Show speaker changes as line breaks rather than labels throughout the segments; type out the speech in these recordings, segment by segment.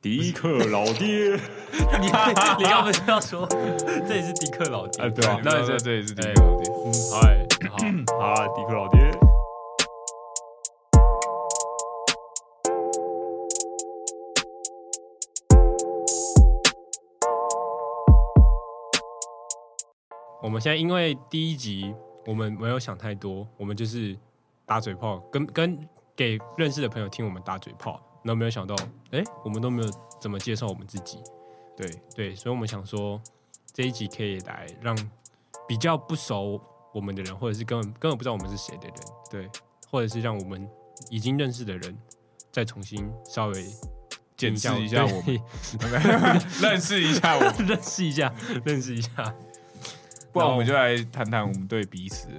迪克老 爹，
你 你刚不是要说这里是迪克老
哎，
爹？
对啊，
那这这也是第一
哎
个老爹，
嗨，好，
啊，迪克老爹，
我们现在因为第一集我们没有想太多，我们就是打嘴炮，跟跟给认识的朋友听我们打嘴炮，然后没有想到，哎、我们都没有怎么介绍我们自己，
对，
对，所以我们想说这一集可以来让比较不熟我们的人，或者是根本根本不知道我们是谁的人，
对，
或者是让我们已经认识的人再重新稍微
检视一下我们，
对
认识一下我们，
认识一下，认识一下。
不然我们就来谈谈我们对彼此的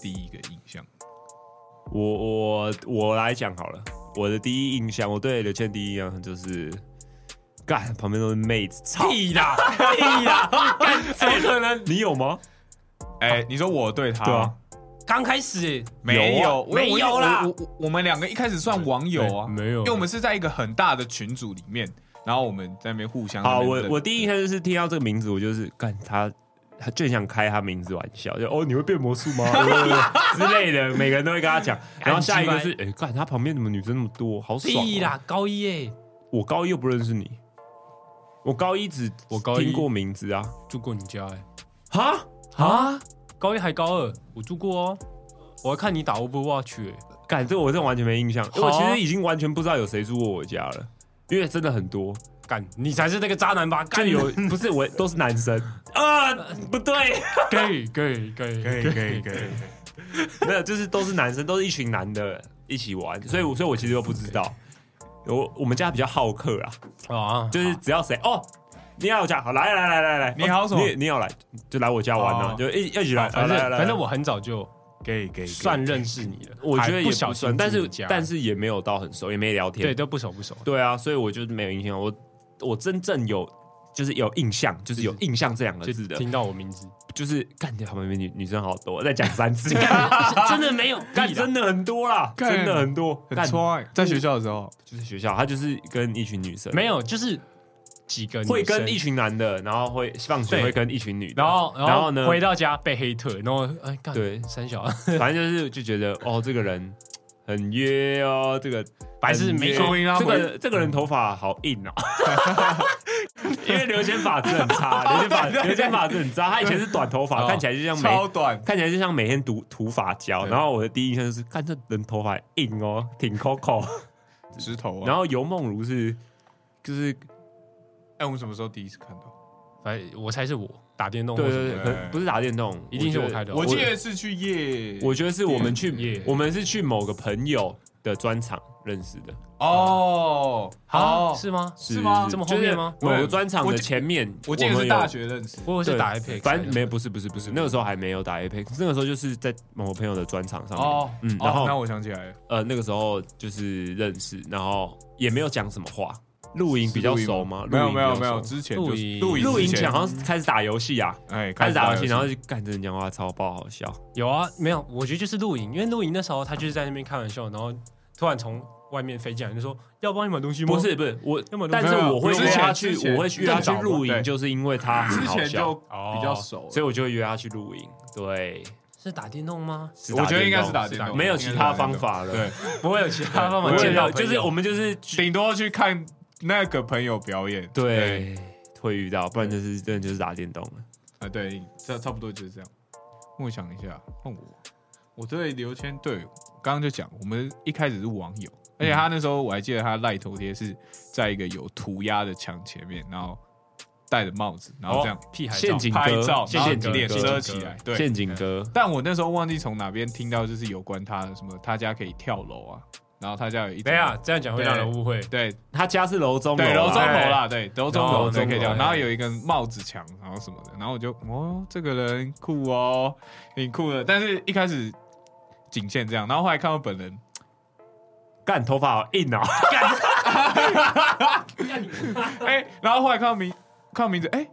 第一个印象。
我我我来讲好了，我的第一印象，我对刘倩第一印象就是，干旁边都是妹子，操，
屁啦，屁啦，干怎么可能？
你有吗？
哎，你说我对他
对啊，
刚开始
没
有啊
有，我
没有啦
我我我我们两个一开始算网友啊，
没没有
因为我们是在一个很大的群组里面，然后我们在那边互相。
好，我我第一印象就是听到这个名字，我就是干他。他就想开他名字玩笑，就哦，你会变魔术 吗呃之类的，每个人都会跟他讲。然后下一个 是，哎、干他旁边怎么女生那么多，好爽、哦啊
屁啦，高一诶，
我高一又不认识你，我高一只
我高一
听过名字啊，
住过你家欸诶
哈，
啊？高一还高二，我住过哦。我还看你打欸 Overwatch 诶，
感这我真的完全没印象，
好
我
啊
其实已经完全不知道有谁住过我家了，因为真的很多，
干你才是那个渣男吧？
就
干
有 不是我都是男生 啊，不对，
gay gay gay
以，
没有，就是都是男生，都是一群男的一起玩，所以我所以我其实都不知道，我我们家比较好客啊，
啊！
就是只要谁哦。你要我家好，来来来来来，
你好什么
你你要来就来我家玩啊，
哦
就一一起来，
反
来来
正
来
反正我很早就
给给
算认识你了，
我觉得
还
也
不
不
小
算，
心
但
住
是
你家，
但是也没有到很熟，也没聊天，
对都不熟不熟。
对啊，所以我就没有印象。我我真正有就是有印象，就是有印象这两个
就
字的，
听到我名字，
就是干掉旁边女女生好多，我再讲三 次，
真的没有
干 真的很多啦，
干
真的很多，
很
干
帅，在学校的时候，
就是学校，他就是跟一群女生，
没有，就是几个女生
会跟一，群男的，然后会放学
对
会跟一群女的，
然后
然后呢
回到家被黑特，然后哎干
对
三小
反正就是就觉得哦，这个人很约哦，这个
白痴
很约
没
空音啊
这个这个人头发好硬哦，
嗯
因为刘谦发质很 差，刘谦发
对对对
刘谦发质很差，他以前是短头发，
哦
看起来就像
嗯超
每
短，
看起来就像每天涂涂发胶，
对
然后我的第一印象就是看这人头发硬哦，挺 Coco，
直头啊。
然后尤梦如是就是
哎，我们什么时候第一次看到？
反正我猜是我打电动或
对
什
对
么
对，
的，
可能不是打电动，
一定是
我
我
觉得
开的。
我记得是去夜，
我觉得是我们去
耶
我们是去某个朋友的专场认识的。
哦，
啊
好，
是吗？
是
是吗
这么后面吗
就是某
我
个专场
我
的
记
前面，
我记得
们
是
有
大，学认识，
我有
对
是打 Apex，
反正没有不是不是不是，那个时候还没有打 Apex，那个时候就是在某个朋友的专场上面，
哦，
嗯，
哦
然后、
那我想起来了，
呃那个时候就是认识，然后也没有讲什么话。露营比较熟吗？
没有没有
露营比
没
较熟
有，之前就
露
是
营
露营
露
之
营
前
前好像是开始打游戏啊，
哎
开始打游戏，然
后
后就干这人讲话超爆好笑，
有啊，没有，我觉得就是露营，因为露营那时候他就是在那边开玩笑，然后突然从外面飞进来，就说要帮你买东西吗？
不，是不是我。
要买东
但
西
是
吗。
没有
我会
之
约
前
他去
之，前
我会约他去
更早
露营，
对
就是因为他很
之
好
前就
笑，哦
比较熟了，
所以我就会约他去露营。对，
是打电动吗？
是打
我觉得应该
电
是
动
打电动，
没有其他方
应
法了。
该是打电动。
不会有其他方法
我
见
见
到
到
朋
就
友，
是我们就是
对，顶多去看那个朋友表演。对
对会遇到，不然就是真的就是打电动了。
啊，对，差差不多就是这样。我想一下，换我，我对刘谦，对，刚刚就讲，我们一开始是网友，而且他那时候我还记得他赖头贴是在一个有涂鸦的墙前面，然后戴着帽子，然后这样
哦屁孩照
陷阱
拍照
哥，，
然后
陷
陷
阱
阱
脸
哥
遮
哥，
起来，对，
陷阱哥，
但我那时候忘记从哪边听到，就是有关他的什么，他家可以跳楼啊，然后他家有一
等一下，这样讲会让人误会。
对
他家是楼中
对
楼
楼
啊
中楼啦，对楼中
楼
楼
中
对
楼
可以跳，
哎
然后有一个帽子墙，然后什么的，然后我就哦，这个人酷哦，挺酷的，但是一开始仅限这样，然后后来看到本人，
干头发好硬啊，
哎，然后后来看到名看到名字，哎，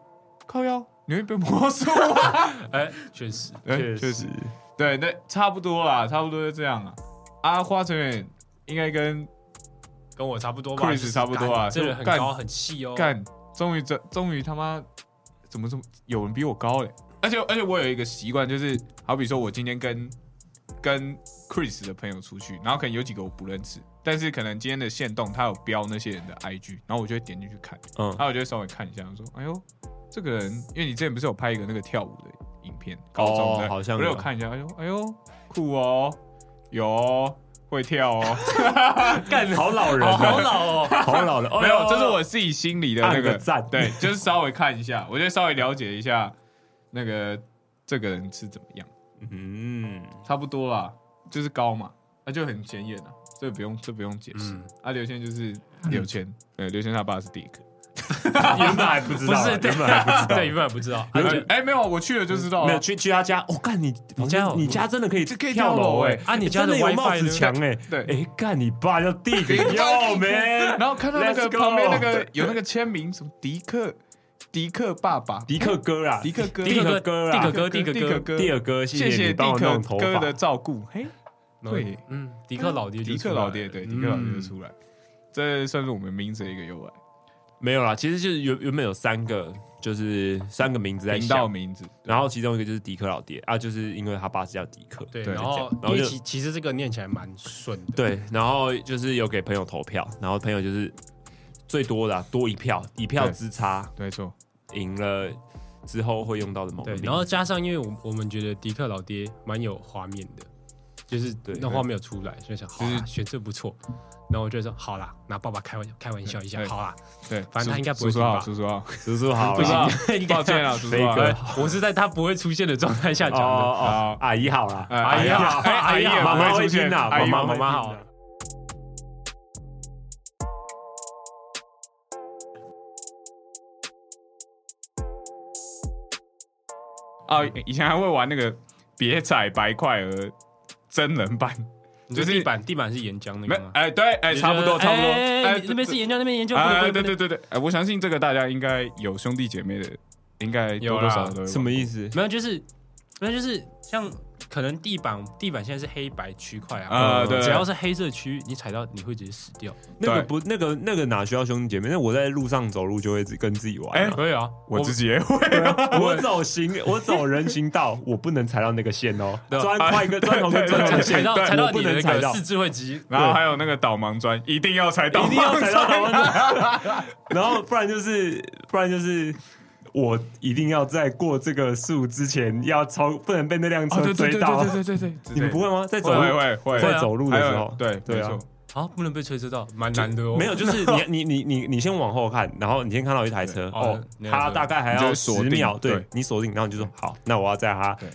靠腰，你会被魔术 啊？
哎，确实，
哎确实，对，那差不多啦，差不多就这样啊。啊，花成远应该跟
跟我差不多吧
Chris
就是
差不多啊
干这人很
干
高很细哦，
干，终于这终于他妈怎么这么有人比我高嘞？而且而且我有一个习惯，就是好比说我今天跟跟 Chris 的朋友出去，然后可能有几个我不认识，但是可能今天的线动他有标那些人的 IG，然后我就会点进去看，
嗯
然后我就会稍微看一下，说哎呦这个人，因为你之前不是有拍一个那个跳舞的影片，高中的，
哦好像
我就有
有
看一下，哎呦哎呦酷哦，有哦会跳哦，
干好老人
哦，好
哦，
老哦，
好老人，哦
没有，
哟
这是我自己心里的那
按
个
个赞，
对，就是稍微看一下，我就稍微了解一下那个这个人是怎么样，
嗯，
差不多啦，就是高嘛，那、就很显眼了、啊，这不用这不用解释、
嗯
啊。刘谦就是刘
嗯
谦，对，刘谦他爸是 Dick，
原本还不知
不
道啊，
是对
原本还不知道，
对，原本不知道，
有
啊
点
就
哎、没有，我去了就知道啊
嗯没
了
有。去去他家，我、哦、干你，你
家有
你家真的可以
这可以
跳
跳楼
哎、
欸
啊你
欸
家的
真有
Wi-Fi
帽子墙哎、
对
哎、干你爸叫弟 弟
Dick
要 man，
然后看到那
Let's
个
go
旁边那个有那个签名，什么迪克迪克爸爸，
迪克哥啦，
迪克哥
迪克哥
迪
啦
克，哥，迪
迪克
克哥，
哥
迪克哥，
谢
谢
谢
你
迪
帮我弄
克
头
哥
发
的，照顾，嘿。
然后
对
嗯，迪克老爹就
迪
出来
克
了，
老爹，对，迪克老爹就
嗯
出来，这算是我们名字的一个由来，
没有啦，其实就是原原本有三个，就是三个名字在
频道
想，
名字。
然后其中一个就是迪克老爹啊，就是因为他爸是叫迪克，
对，
对
然后
然后
因为
就
其其实这个念起来蛮顺的，
对，然后就是有给朋友投票，然后朋友就是最多的啊、多一票，一票
对
之差
没错，赢
赢了之后会用到的某个
对，
名字，
然后加上因为我我们觉得迪克老爹蛮有画面的，就是
对
那画面有出来，所以想好
就
啦，
是
选这不错，然后我就说好啦，拿爸爸开玩开玩笑一下，
对
好啦，
对，
反正他应该不
叔
会
叔
听
好，
吧
叔叔好，
叔叔好
不
啦哦
知，道，
应该
抱歉啊，叔
飞
叔好。
哥
我是在他不会出现的状态下讲的，
哦，阿姨好啦，
哎
阿姨好，
哎
阿姨
阿姨
好，
也不
妈妈
会
会
出现
听啦，
阿
妈
姨
妈
不
妈
会
妈
听
好
啦。啊，以前还会玩那个别踩白块鹅真人版，
你说
就是
地板地板是岩浆那
没
个吗？
哎对哎
你
差不
觉
多差
得
不多，
哎
哎
那边是岩浆，那边岩浆，不能不
哎
能不
对
能
对对对，哎我相信这个大家应该有兄弟姐妹的，应该多多少少都有
什么意思？
没有，就是没有，就是像可能地板地板现在是黑白区块啊，
啊？对，
只要是黑色区，你踩到你会直接死掉。
那个不，那个那个哪需要兄弟姐妹？那我在路上走路就会自跟自己玩
哎
啊。
可以啊，
我自己也会，
对啊我走行， 我走人行道，我不能踩到那个线哦。
对啊
砖块跟砖头跟砖头
我
的
踩
线，
到
对
踩到
我不
你
能
的
踩
那
到
个，是智慧机，
然后还有那个导盲砖，一定要踩导
一定要
盲
踩到
砖，
台湾的， 然后不然就是不然就是。我一定要在过这个树之前，要超不能被那辆
哦
车
对对
追
对
到啊
对。对对对，之
你们
类的
不会吗？在走路
会会会
在走路的
还
时
有
候，
对
对啊
没错，
啊，不能被吹车到，蛮难的哦。
没有，就是你你你你你先往后看，然后你先看到一台车，哦
对哦，那
它大概还
你就
要
会
十
锁
秒，
定
对
对
你锁定，然后你就说好，那我要在它
对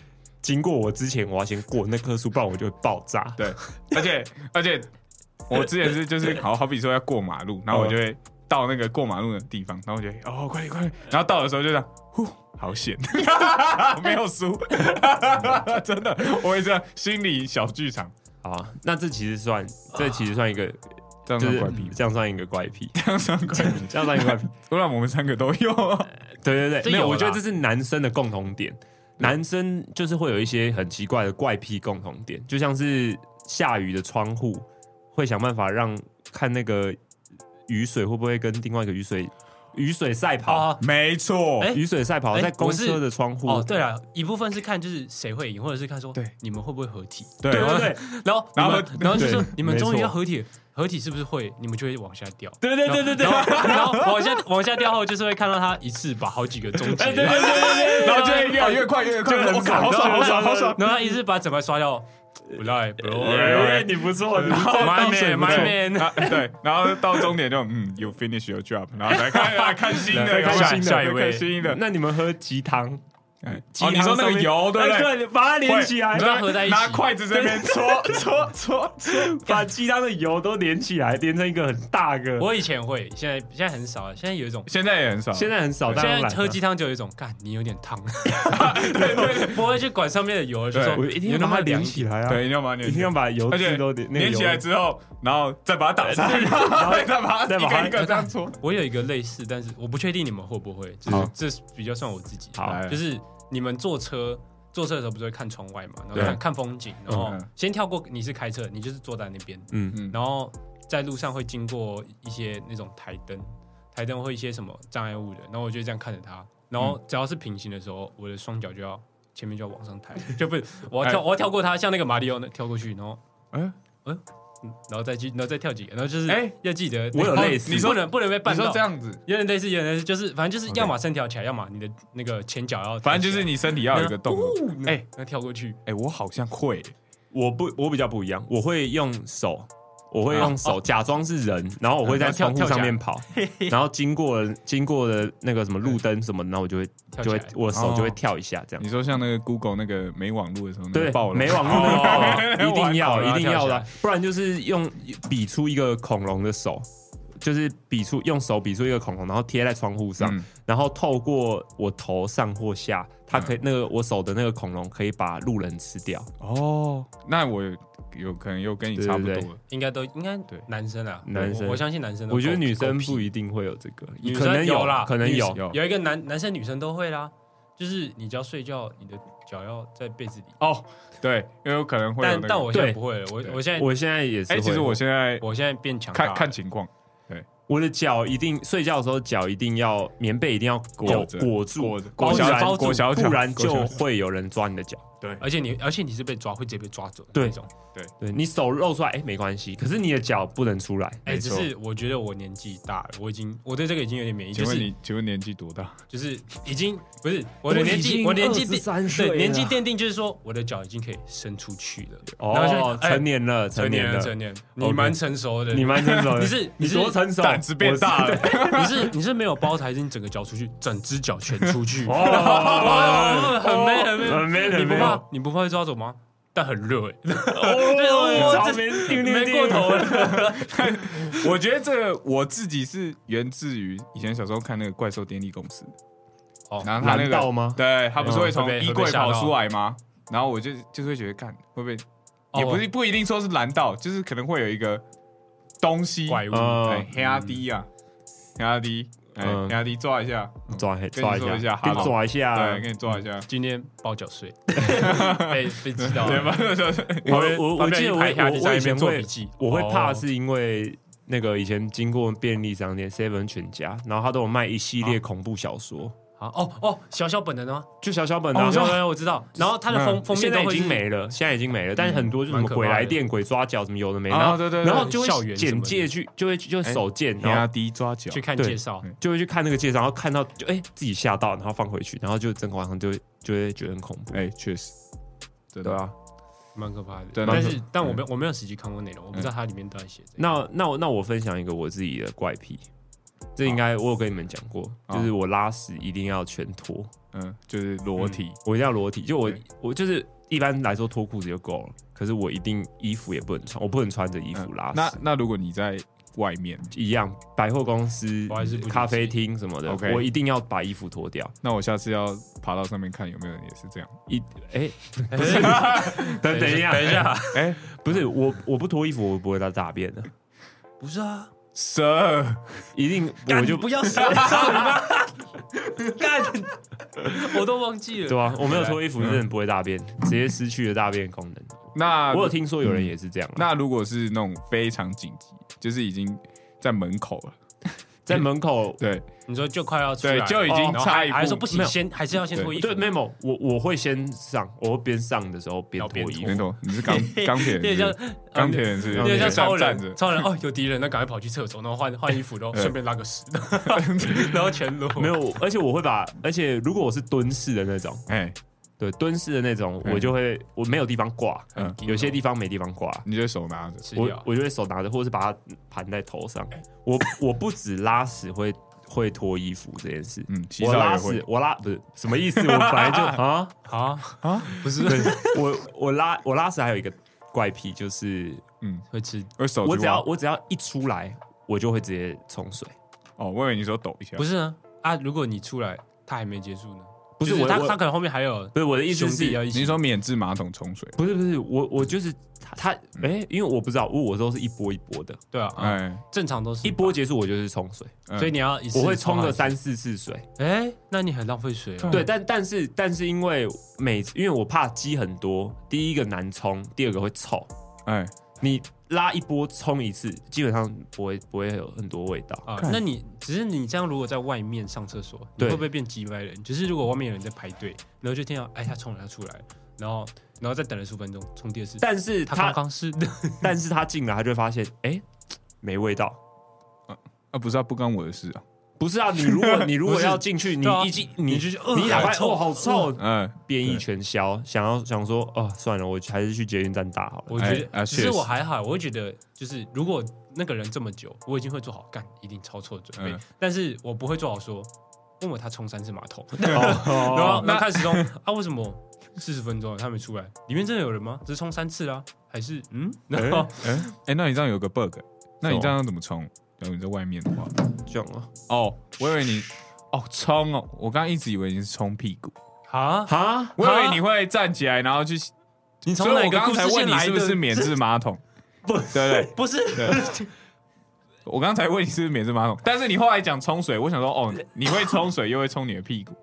经过我之前，我要先过那棵树，不然我就会爆炸。
对，而且而且我之前是就是好好比说要过马路，然后我就会到那个过马路的地方，然后我就会哦快点快点，然后到的时候就这样，呼好险， 没有输， 真的，我会这样心理小剧场，
好啊，那这其实算这其实算一个
这样
就
算
是
怪癖，
这样算一个怪癖，
这样算怪癖，
这样算一个怪癖。
不然我们三个都有，
对对
这
对，没
有
有，我
啦
觉得这是男生的共同点。男生就是会有一些很奇怪的怪癖共同点，就像是下雨的窗户会想办法让看那个雨水会不会跟另外一个雨水雨水赛跑，
啊。
没错，
哎
雨水赛跑
哎
在公
我是
车的窗户。
哦，对了，一部分是看就是谁会赢，或者是看说
对
你们会不会合体，
对
对对对
然后
然后
你们然后就
对
说你们
没
终于
错
要合体了，合体是不是会你们就会往下掉？
对对对对对
然后然后往下往下掉后，就是会看到他一次把好几个终结，
哎对对对对对，
然后就会越来哦越快越来越快，
就很
我
爽
靠，好爽
对
好爽
对
好
对
爽，
然后他一次把整排刷掉， 不赖 bro，
哎你不错，你不错
，my
对
man，my man，
啊，对，然后到终点就嗯，you finish your job，然后来看 来看新的，
再看
有没有
下
下一
再看
位
新的。
那你们喝鸡汤，
哎
鸡
哦，
汤
你说那
上
个
面
油对不
哎
对？
对，把它连起来
你，知道合在一起
拿筷子这边搓搓 搓搓，
把鸡汤的油都连起来，连成一个很大个。
我以前会，现在现在很少啊了，现在有一种。
现在也很少。
现在很少，
现
当然
在
懒了
喝鸡汤就有一种，干你有点 烫，
对对
不会去管上面的油，就说
我一定要
你有
把
没
它
有凉
连起来啊！
对，，你要把它
一
粘
定
起
要
来，
把油
而且
脂都连那个
粘起来
油。
之后，然后再把它打散，然后 再把它
再把它
一个一个这样搓。
我有一个类似，但是我不确定你们会不会，就
好
是这是比较算我自己。
好
来
就是你们坐车坐车的时候不是会看窗外嘛，然后看
对
看风景，然后
嗯
先跳过你是开车，你就是坐在那边，
嗯，
嗯，
然后在路上会经过一些那种台灯，台灯会一些什么障碍物的，然后我就这样看着它，然
嗯
后只要是平行的时候，我的双脚就要前面就要往上 抬，就不是我要跳，
哎
我要跳过它，像那个马里奥那跳过去，然后
哎，
嗯然后再去，然后再跳几个，然后就是
哎
要记得
我有类似
你说能不能被
你
绊
说
到
这。样子，
有点类似，有点类似，就是反正就是
OK
要么身条起来，要么你的那个前脚要抬起来，
反正就是你身体要有一个动作。
哎、
哎
那跳过去，
哎，我好像会，
我不，我比较不一样，我会用手，我会用手假装是人，啊哦嗯然后我会在窗户上面跑，然后经过了经过了那个什么路灯什么，然后我就会
跳起
就
来
会我的手就会
哦
跳一下这样
你。说像那个 Google 那个没网络的时候，那
对
个爆，了，
没网络那个
哦
一定
我还搞
要
了
一定要
跳起
的
来，
不然就是用比出一个恐龙的手，就是比出用手比出一个恐龙，然后贴在窗户上，
嗯
然后透过我头上或下，它可以、那个我手的那个恐龙可以把路人吃掉。
哦，那我有可能又跟你差不
对
多
对
了。
应该都应该
对
男生啊，
男生
我我相信男生都够，
我觉得女生
够
不
皮，
一定会有这个，
女
可能
生有啦，
可能
女
有
生。
有
有一个男男生女生都会啦，就是你只要睡觉，你的脚要在被子里，
哦，对，因为有可能会有那
但
个。
但我现在
对
不会了，我
对
我现在我
我现在也是会，
哎，其实我现在
我现在变强大
看
了，
看情况，
我的脚一定睡觉的时候脚一定要棉被一定要裹
裹着
裹住，
裹着
不
裹小
然
包住
不
裹小脚
然
裹小
就
脚
会有人抓你的脚。
而且你而且你是被抓，会直接被抓走的
对
那种。
对你手露出来，哎、没关系，可是你的脚不能出来。
哎，
没
只
错
是我觉得我年纪大了，我已经我对这个已经有点免疫，就
请问
是
你请问年纪多大？
就是已经不是我的年纪，我年纪奠
三
对年纪奠定就是说我的脚已经可以伸出去了，然后就
哦，
哎
成年了，成
成
年
年了，
了，
成年，
OK
你蛮成熟的，
你蛮成熟的。
你是
你
你是
多成熟，
胆子变大了
我是。
你是你是没有包台，是你整个脚出去，整只脚全出去。
哦
哦， 很 man 很 man，
很 man，
你
很
不
man
怕你不怕被抓走吗？但很热哎，
哦，
哦
超 man，定定
没
定
过头欸了。
我觉得这个我自己是源自于以前小时候看那个怪兽电力公司，
哦
然后他那
蓝道
个
吗
对他不是
嗯
会从
会被
衣
会
柜
被吓到
跑出来吗？然后我就就是会觉得干会不会
哦
也不是不一定说是蓝道，就是可能会有一个东西，
怪物
嗯
对黑阿 D 啊，黑阿 D，哎
嗯
黑阿 D 抓一下，
抓一
跟你
抓
说
一下
一下，
给你
hello
抓一下啊
对，。给你抓一下，
今天包脚睡， 被被击到
对
了。
吧？
我
旁边
我我
旁边
记得
一
我
排下去
我我
在那
以
边
前
做
会
笔记，
我会怕
哦
是因为那个以前经过便利商店 Seven 全家，然后他都有卖一系
啊
列恐怖小说，
好哦哦，小小本的呢？
就小小本
哦，
啊
我，知道，我知道。然后它的封封面
现在
都
已
会
经
是嗯
没了，现在已经没了，但是很多就是什么
蛮可怕的哦
鬼来电、鬼抓脚什么有的没，然
啊
后
对对对
然后就
校
会
园什么的哎
简介去，就会就会手贱，
黑
然
阿
后
D 抓脚
去，看
对
介绍，
就会去看那个介绍，然后看到就哎自己吓到，然后放回去，然后就整个晚上就会就会觉得很恐怖，
哎，确实，真的
对啊。
蛮可怕的。但
对蛮
是
可
但我没有我没有实际看过内容，我不知道它里面到底写怎样。
那那我那我分享一个我自己的怪癖，这应该我有跟你们讲过，
好
就是我拉屎一定要全脱，
嗯，就是裸体，
我一定要裸体，就我
对
我就是一般来说脱裤子就够了，可是我一定衣服也不能穿，我不能穿着衣服
嗯
拉
那
屎。
那如果你在外面，
一样，百货公司
我还是不理、解
咖啡厅什么的
OK
我一定要把衣服脱掉。
那我下次要爬到上面看有没有人也是这样。
一哎、
不是啊
等
等
等一下，
等一，下，
哎、
不是我，我不脱衣服，我不会到大便的，
不是啊，
蛇，
一定
干
我就
不 要死，操你妈！干，我都忘记
对
了。
啊，我没有脱衣服，真的不会大便，直接失去了大便功能。
那
我有听说有人也是这样啊，
那如果是那种非常紧急，就是已经在门口了，
在门口
对，
你说就快要出来
对
了，
就已经
哦然后
差
还
一步
还说不
没
行，
有
先还是要先脱衣服
对。没有，我我会先上，我会边上的时候哦边
要
脱
边
衣
脱
服
没。错，你是钢钢铁
有点
人是不是，
像
钢铁，人是
有
不
点
是，
像超
站着
人，，超人哦，有敌人，那赶快跑去厕所，然后换换衣服，然后
对
顺便拉个屎， 然后全裸。
没有，我而且我会把，而且如果我是蹲式的那种，
哎、
对蹲式的那种，
嗯
我就会我没有地方挂，
嗯
很惊
有些
哦
地方没地方挂，
你就手拿着，
吃
我
掉。
我就会手拿着，或者是把它盘在头上。我我不止拉屎会会脱衣服这件事，
嗯，洗
我
澡
拉
也会
屎，我拉不是什么意思？我本来 就啊，
啊
啊，
不是
对我我拉我拉屎还有一个怪癖，就是
嗯，
会吃，
我手去
我只要
挖
我只要一出来，我就会直接冲水。
哦，我以为你说抖一下，
不
是，
是啊啊！如果你出来，他还没结束呢，
不是
就
我
他
我
他可能后面还有
不是我的意思
兄弟要
是，
一
你
起
是说免治马桶冲水，
不是不是我我就是他他哎、因为我不知道，我我都是一波一波的，
对啊，啊
哎、
正常都是
一，波结束我就是冲水，
嗯
所以你要一次
我会冲
好
个
几次
三。四次水。
哎，那你很浪费水哦。
对，但但是但是因为每次因为我怕积很多，第一个难冲，第二个会臭。
哎、
你拉一波冲一次，基本上不会不会有很多味道。
啊、
看
那你只是你这样，如果在外面上厕所，你
对
会不会变鸡歪人？就是如果外面有人在排队，然后就听到哎他冲了他出来，然后然后再等了十分钟，冲第二次，
但是
他
他
刚刚 是
但是他进来，他就会发现，哎、没味道。
啊，不是啊，不干我的事啊。
不是啊，你如 果你如果
不是
要进去，你
对啊
一进
你
你
就是
你打
好
开
臭
哦，好臭，
嗯，
变
对
异全消，想要想说哦，算了，我还是去捷运站打好了。
我觉得，
哎啊
其
确
实
实
我还好，我会觉得就是如果那个人这么久，我已经会做好干，一定超错准备，
嗯
但是我不会做好说，问我他冲三次马 桶， 然
哦然
后然后看时钟啊，为什么四十分钟了他没出来？里面真的有人吗？只是冲三次啦，还是嗯？然后
哎、哎，那你这样有个 bug，那你这样要怎么冲？假如你在外面的话，
这样啊，
哦，我以为你哦冲哦，我刚刚一直以为你是冲屁股，
啊，
哈，
我以为你会站起来然后去，所
你
以
从哪
我
个
刚
故
刚才
事线
问你
来
是不
的？
是免治马桶，
不
对不对？
不是，
我刚才问你是不是免治马桶，但是你后来讲冲水，我想说哦，你会冲水又会冲你的屁 股，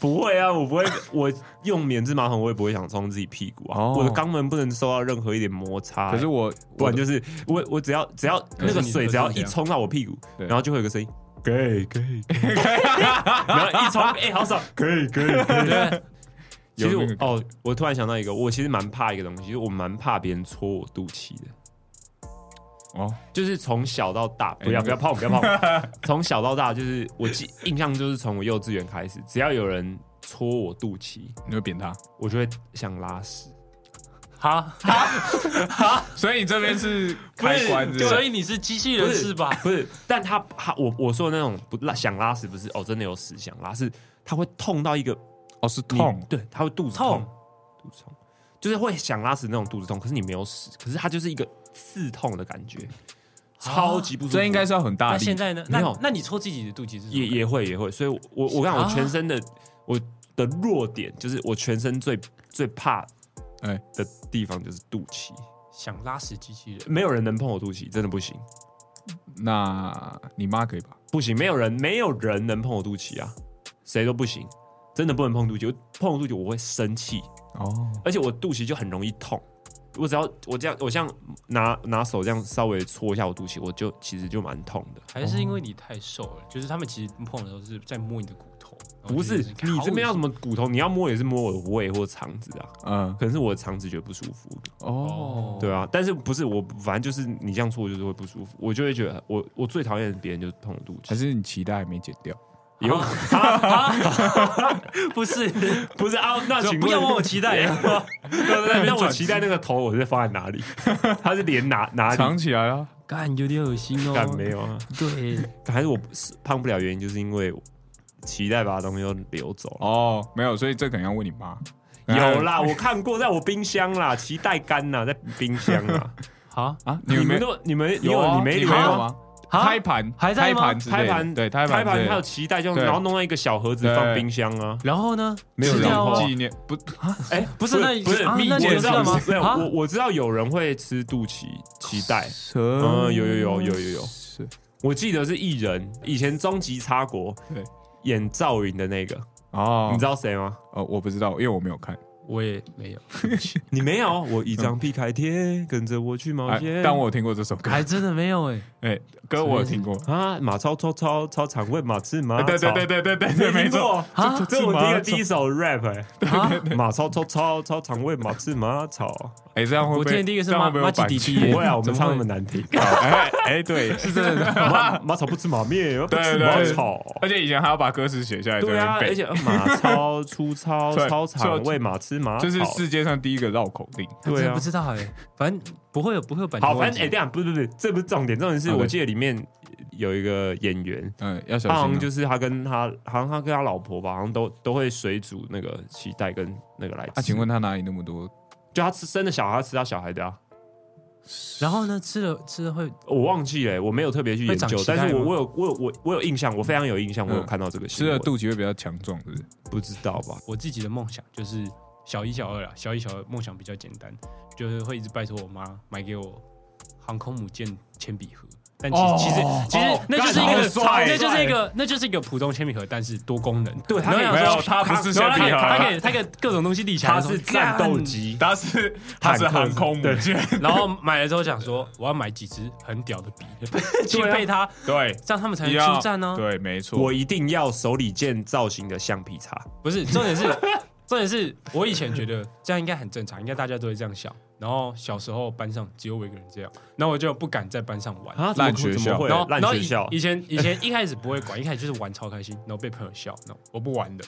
不会啊，我不会，我用免治马桶，我也不会想冲自己屁股啊，
哦
我的肛门不能受到任何一点摩擦、
可是
哎
我
不
我
然就是我我只要只要
可
那
是
个
你
水
不
只要
是这
一
样
冲到我屁股，
对
然后就会有个声音。给给， 然后一冲，哎、好爽！可以可以可以。
对，
其实
有
我
那个感觉
哦，我突然想到一个，我其实蛮怕一个东西，就是我蛮怕别人戳我肚脐的。
哦，
就是从小到大，
哎
不要
那
不
个
要碰，不要碰。 从小到大，就是我记印象就是从我幼稚园开始，只要有人戳我肚脐，
你会扁他，
我就会想拉屎。
好，
所以你这边是开关是不是，
所以你是机器
不
人是吧？
不是，但他他我我说的那种不拉想拉屎不是哦，真的有屎想拉，是他会痛到一个
哦是
你
痛，
对，他会肚子
痛
痛，肚子痛，就是会想拉屎那种肚子痛，可是你没有屎，可是它就是一个刺痛的感觉，超级不舒服。
这应该是要很大
那
力
现，在呢？
没
那
有
啊那你戳自己的肚脐是什么
也也会也会，所以我，我我看我全身的、我的弱点就是我全身最最怕
哎
的地方就是肚脐，
想拉屎机器人，
没有人能碰我肚脐，真的不行，
那你妈可以吧？
不行，没有人没有人能碰我肚脐啊，谁都不行，真的不能碰肚脐，我碰我肚脐我会生气，
哦，
而且我肚脐就很容易痛。我只要我这样，我像拿拿手这样稍微搓一下我肚脐，我就其实就蛮痛的。
还是因为你太瘦了？就是他们其实碰的时候是在摸你的骨头，然后
不是
哦就
你这边要什
么？
么骨头，你要摸也是摸我的胃或肠子啊，
嗯，
可能是我的肠子觉得不舒服。
哦
哦，
对啊，但是不是我，反正就是你这样做，我就是会不舒服，我就会觉得我我最讨厌别人就是碰我肚
还
脐，
是啊你脐带还没剪掉？
有
不 是，
不是啊？那请
不要
问
问我啊期待。
啊
对对 对，那我期待那个头，我是放在哪里？他是连哪哪里？
藏起来啊！
干有点恶心 哦。
干没有啊？
对，
还是我胖不了，原因就是因为脐带把东西都流走了。
哦，没有，所以这可能要问你妈。哎
有啦，我看过，在我冰箱啦，脐带干呐，在冰箱啦。
好
啊，
你
你有没
们
有？
都你们
有啊
你没
你
留
没有
吗？
吗？
啊
胎盘
还在
胎
吗
盘之类的
胎盘
对胎
胎
盘之类
盘
的
还有脐带，这样
对
然后弄到一个小盒子
对
放冰箱啊。
然后呢？
没有
吃
人
掉
碰
哦
吗
纪念不
哎、
不是那
不是，
啊
蜜
那
我
你
知
有
道
吃吗
没有，
啊
我我知道有人会吃肚脐脐带，
蛇
嗯有有有有有有
哦是
我记得是艺人，以前终极插国
对
演赵云的那个，
哦，
你知道
道？
谁吗？
呃，我不知道，因为我没有看，
我也没有，
你没有，我一张屁开贴，跟着我去冒
嗯哎
险。
但我有听过这首 歌，
还真的没有哎。
哎，歌我有听过，
啊，马超超超超常问马吃马
哎
啊草，
对对对对对对对，
没
没
听
错，
过
啊
这这我
马
听的
草
第一首 rap 哎、
啊，
马超超超超常问马吃马草，
哎，这样会不
我
会
听的第一个是
这样
马
会不会有
马吉
版
迪
权
迪耶，
不会啊，我
怎
们
么
唱那
会
么难 听，
哎哎， 对，是真的。
马马草不吃马面，不
对
吃
对
马
对
草。
而且以前还要把歌词写下来，
对啊，
在那边背
而且
哦
马超粗 糙
对
超
所以
长
我
喂马吃马草，
这是世界上第一个绕口令。
我
对
真的
啊
不。知道哎，反正不会有不会有版权
好，
问
反
题。
正哎，这样不是不是，这不是重点，重点是
好的
我记得里面有一个演员，
嗯，要小
他好像
心
就
啊。
是他跟他好像他跟他老婆吧，好像都都会水煮那个脐带跟那个来
啊，
吃。
请问他哪里那么多？
就他吃生的小孩，他吃他小孩的啊？
然后呢，吃了吃了会
我忘记了，我没有特别去研究
会长，脐带
但是我
吗
我有我有我我有印象，我非常有印象，
嗯
我有看到这个
吃
新
了
闻，
肚脐会比较强壮，是不是？
不知道吧？
我自己的梦想就是小一、小二啦，小一、小二梦想比较简单，就是会一直拜托我妈买给我航空母舰铅笔盒，但其
哦
实其实其实
哦
那就是一
干好
个
帅
那就是一个那就是一个普通铅笔盒，但是多功能。
对他
然后
可以
想说
没有他不是
然后
铅笔盒
他给他给他给各种东西立起来
他
的时候，
是战斗机，
他是他是
坦克
航空母
对
舰，
干。然后买了之后想说，我要买几支很屌的 笔去
啊
配它，
对，
这样他们才能
一样
出战啊哦呢。
对，没错，
我一定要手里剑造型的橡皮擦。
不是，重点是 重点是我以前觉得这样应该很正常，应该大家都会这样想。然后小时候班上只有我一个人这样，然后我就不敢在班上玩。
啊，怎么
烂学校
怎么会
然后，
烂
然后
学校
以以前以前一开始不会管，一开始就是玩超开心，然后被朋友笑，那我不玩 的，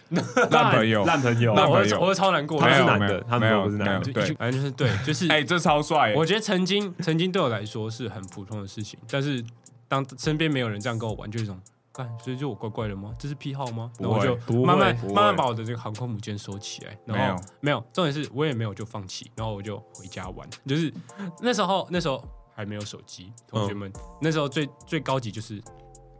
烂朋友
烂朋友，
烂
那
朋友
我会我会超难过
他们
的。
没
是
有
男的
没有
他们
没有
都不是男的
没有
就
对
就，反正就是对， 就是
哎、这超帅、
我觉得曾经曾经对我来说是很普通的事情，但是当身边没有人这样跟我玩，就有一种。干，所以就我怪怪的吗？这是癖好吗？
不
然
会
后我就
不会
慢慢
不会
慢慢把我的这个航空母舰收起来，然后
没有
没有，重点是我也没有就放弃，然后我就回家玩。就是那时候那时候还没有手机，同学们、那时候最最高级就是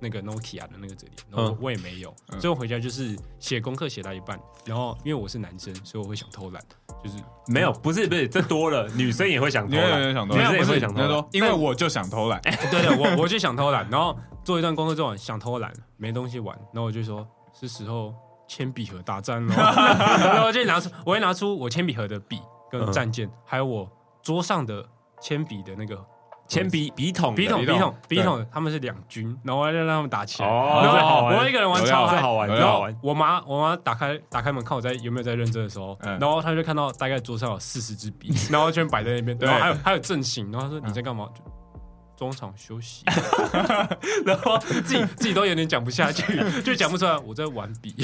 那个 Nokia 的那个这里，然后
嗯
我也没有，所以我回家就是写功课写到一半，然后因为我是男生，所以我会想偷懒，就是
没有，不是不是，这多了，女生也会想偷
你有没有
懒，
想偷
女
懒？
生
没
也
有不
会
是
想偷
他
懒。
说因为我就想偷懒，
哎
对对，我我就想偷懒，然后做一段工作之后想偷懒，没东西玩，然后我就说是时候铅笔盒大战了， 然后我就拿出，我会拿出我铅笔盒的笔
嗯
跟战舰，还有我桌上的铅笔的那个
铅笔笔筒的，
笔筒、
笔
笔
筒
筒、
对
笔筒，他们是两军，然后我要让他们打起来，
哦
然
这好
后
玩
我我一个人玩
有
超
料
这
嗨。
好玩，
有
这
料
好
然后
玩。
我妈，我妈打开打开门看我在有没有在认真的时候，
嗯
然后她就看到大概桌上有四十支 笔，然后全摆在那边，
对嗯
然后还有还有阵型，然后她说你在干嘛？就中场休 息，然后自己自己都有点讲不下 去，就讲不出来我在玩笔。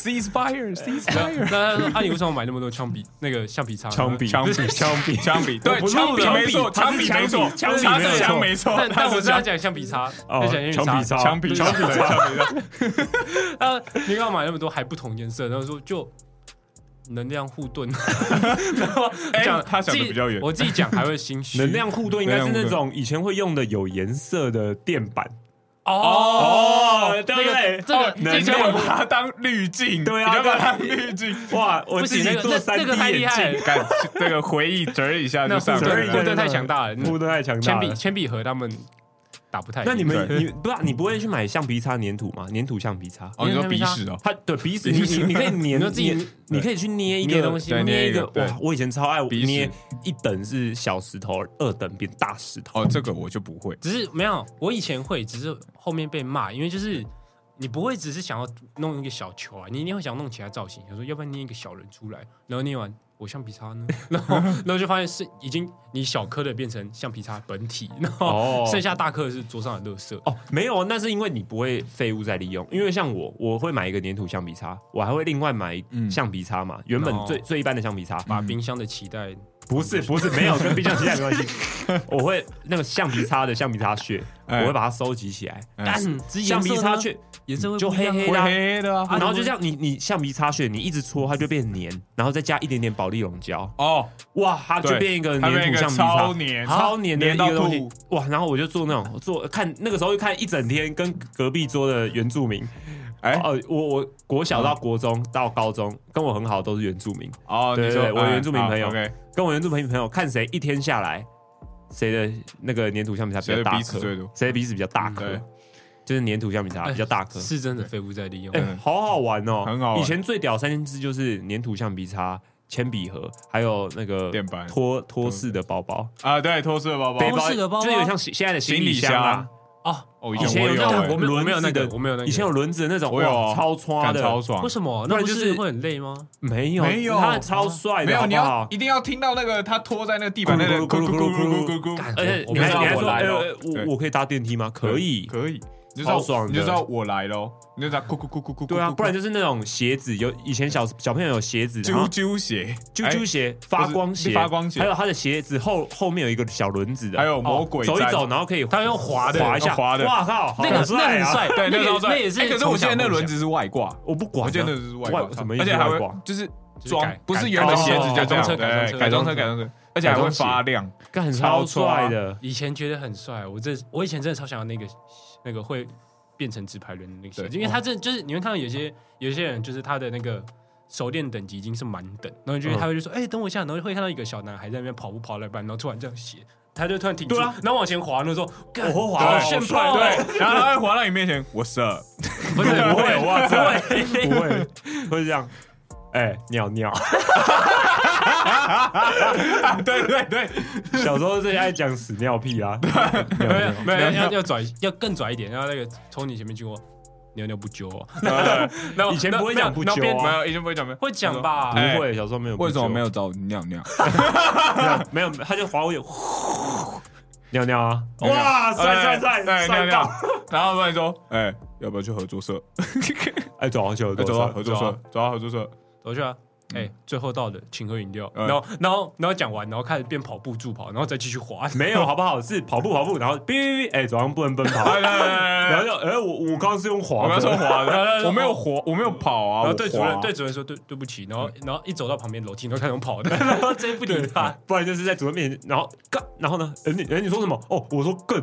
ceasefire，ceasefire，
那她说啊，你为什么买那么多枪笔？那个橡皮擦？
枪笔，
枪
不
笔
是枪笔，
枪笔，
我
对，
不
枪
录
笔
了
没错，
他
枪
是
笔
枪
没
笔
错，
枪笔
他
没错
是枪没错，
但但
他
我
是
是要
枪
讲橡皮擦，
哦
要讲，橡
枪
皮
笔
擦
擦，。
枪笔，枪笔，枪笔，
啊，你干嘛买那么多还不同颜色？然后说就能量护盾， 然后
哎
讲
他想得
自己
比较远
我自己讲还会心虚。
能量护盾应该是那种以前会用的有颜色的垫板
哦，
对不对？
这个
能
以前我
量
把它当滤镜，
对啊
你就把它当滤 镜，
哇，我
不
自
行，
己
那个
做
那
三
那
D
个太 厉
眼
害
镜，
了，
干这个回忆折一下
那护
就上
折
来
一下
盾
了。
护盾太强大了，
护盾太强
铅
大
笔
了。
铅笔盒他们打不太赢。
那你们
对
你不是你不会去买橡皮擦粘土吗？粘土橡皮擦，
哦，你说鼻屎哦，
它对鼻屎，你你你可 以
你
粘
说自己
粘你可以去捏一个
捏东西
对捏
捏
一
一个
个对
哇！我以前超爱
鼻屎
捏一等是小石头，二等变大石头。
哦，这个我就不会。
只是没有，我以前会，只是后面被骂，因为就是你不会只是想要弄一个小球啊，你一定会想弄其他造型，想说要不然捏一个小人出来，然后捏完我橡皮擦呢， 然后然后就发现是已经你小颗的变成橡皮擦本体， 然后
哦
剩下大颗的是桌上的垃圾。
哦，没有，那是因为你不会废物再利用。因为像我，我会买一个粘土橡皮擦，我还会另外买
嗯
橡皮擦嘛，原本
哦
最最一般的橡皮擦。
把冰箱的脐带，
不是不是，没有跟冰箱其他没 关系。我会那个橡皮擦的橡皮擦屑，
哎
我会把它收集起来。
哎
但
只
嗯橡皮擦屑，
颜色会
就
不一样啊
黑
会
的啊
黑黑的
啊
啊。
然后就这样，你你橡皮擦屑，你一直搓它就变黏，然后再加一点点保利龙胶，
哦，
哇，它就
对
变一个
它变
黏土
一个
橡皮
超
擦。啊
黏，
超黏的一
黏到
个东西
吐，
哇！然后我就做那种做看那个时候就看一整天，跟隔壁桌的原住民，
哎
哦，我我国小到国中到高中，跟我很好都是原住民，
哦，你
对
说
对对我
哎
原住民
好
朋友
OK，
跟我原住民朋友看谁一天下来，谁的那个粘土橡皮擦比
谁
较
的
大
鼻子
颗，
最多嗯
谁的鼻子比较大颗
对，
就是粘土橡皮擦比较大颗。
是真的废物再利用
哎、。好好玩哦，
很好玩
以前最屌三件事就是粘土橡皮擦、铅笔盒，还有那个
垫板
托托式的包包，
啊，对，脱色的包包
背，
托式的包包
就是有点像现现在的行李箱啊。
哦，
哦，以
以前
前我
有那
有
种
我
欸，
没有我没有
轮
那
子
个
的，
我没有那个，
以前有轮子的那种，
我有
哇超
干
刷的，
超爽
为。什么？
不
那
然
不
就是
是会很累吗？
没有
没有
它超帅
没
的，
有，
好
你
不
要
好？
一定要听到那个他拖在那个地板那个咕
咕
噜
噜
咕
咕噜咕噜咕
噜
噜
咕噜咕
干
噜，
而且
我
你还
我不知道
你还
我
说，
来哦
哎
了
哎
对
我我可以搭电梯吗？可以，
可以，你就知
超
道
爽的
你就知道我来喽，你就知道咕咕咕咕咕咕咕，
对啊，不然
就
就是那种鞋子，有以前小小朋友有鞋子，然后
啾啾鞋，
啾
哎
啾鞋、发光鞋、
发光鞋
还有他的鞋子后后面有一个小轮子的，哦
还有魔鬼
走一
毡
走，然后可以
他用滑的
滑一下，
用滑的
哇靠，好
那个那
帅
很
啊！
帅，
哎，对，
那
那
个
个
那也是
哎
从小梦想。
可是我记得那轮子是外挂，
我不管啊，
我记得那个是外
外
挂，
什么意
而
思
且还
外
会
挂
就是
就是
装
改，
不是原本鞋子就这
改装
样，
车改装
对
车
改装车
改
改
装
装车，而且还会发亮，
干很
超
超
帅
啊
帅的，
以前觉得很帅，我这我以前真的超想要那个那个会变成直排轮的那个鞋子，
对
因为
哦
他这就是你会看到有些有些人就是他的那个手电等级已经是满等，然后你就会
嗯
他会就说哎、等我一下，然后会看到一个小男孩在那边跑步跑了一半，然后突然这样斜
他就突然挺住，
对啊
然后往前滑，那时候我会
对
滑，
炫
爆，对，
然后他会滑到你面前，What's up？
不是不会，哇塞，
对，
不会，会这样。哎、尿尿！
对对对，
小时候最爱讲屎尿屁啊，尿
没
尿
有没有要要拽，要更拽一点，然后那个从你前面经过，尿尿不 揪哦，然后
以前不会讲不
然后
揪嗯
边
啊
没有，以前不会讲没有。
会讲吧？
哎
不会，小时候没有。
为什么没有找我尿尿？
没有，他就划我眼，呼尿尿啊！
尿尿
哇，
哎
帅帅帅，
哎尿
帅
尿
到！。
然后不然说，哎，要不要去合作社？
哎，走啊，走啊，
哎走
走
啊，
啊，
合作
走
社
啊，
走啊，合作社。
走去啊！哎、最后到了，请喝饮料。
嗯
然后，然后，然后讲完，然后开始变跑步助跑，然后再继续滑。
没有好不好？是跑步跑步，然后哔哔哔，哎，早上不能奔跑，
来来来
然
来
后
来，
就哎，我我刚刚是用
我
滑的，
刚说滑
来
的，
来
我没有滑，我没有跑啊。
然
我
后对主
滑嗯
任对主任说对对不起，然后然后一走到旁边楼梯，然后开始用跑的， 然后直接不理他。
不然就是在主任面前，然后干，然后呢？哎你哎你说什么？哦，我说更，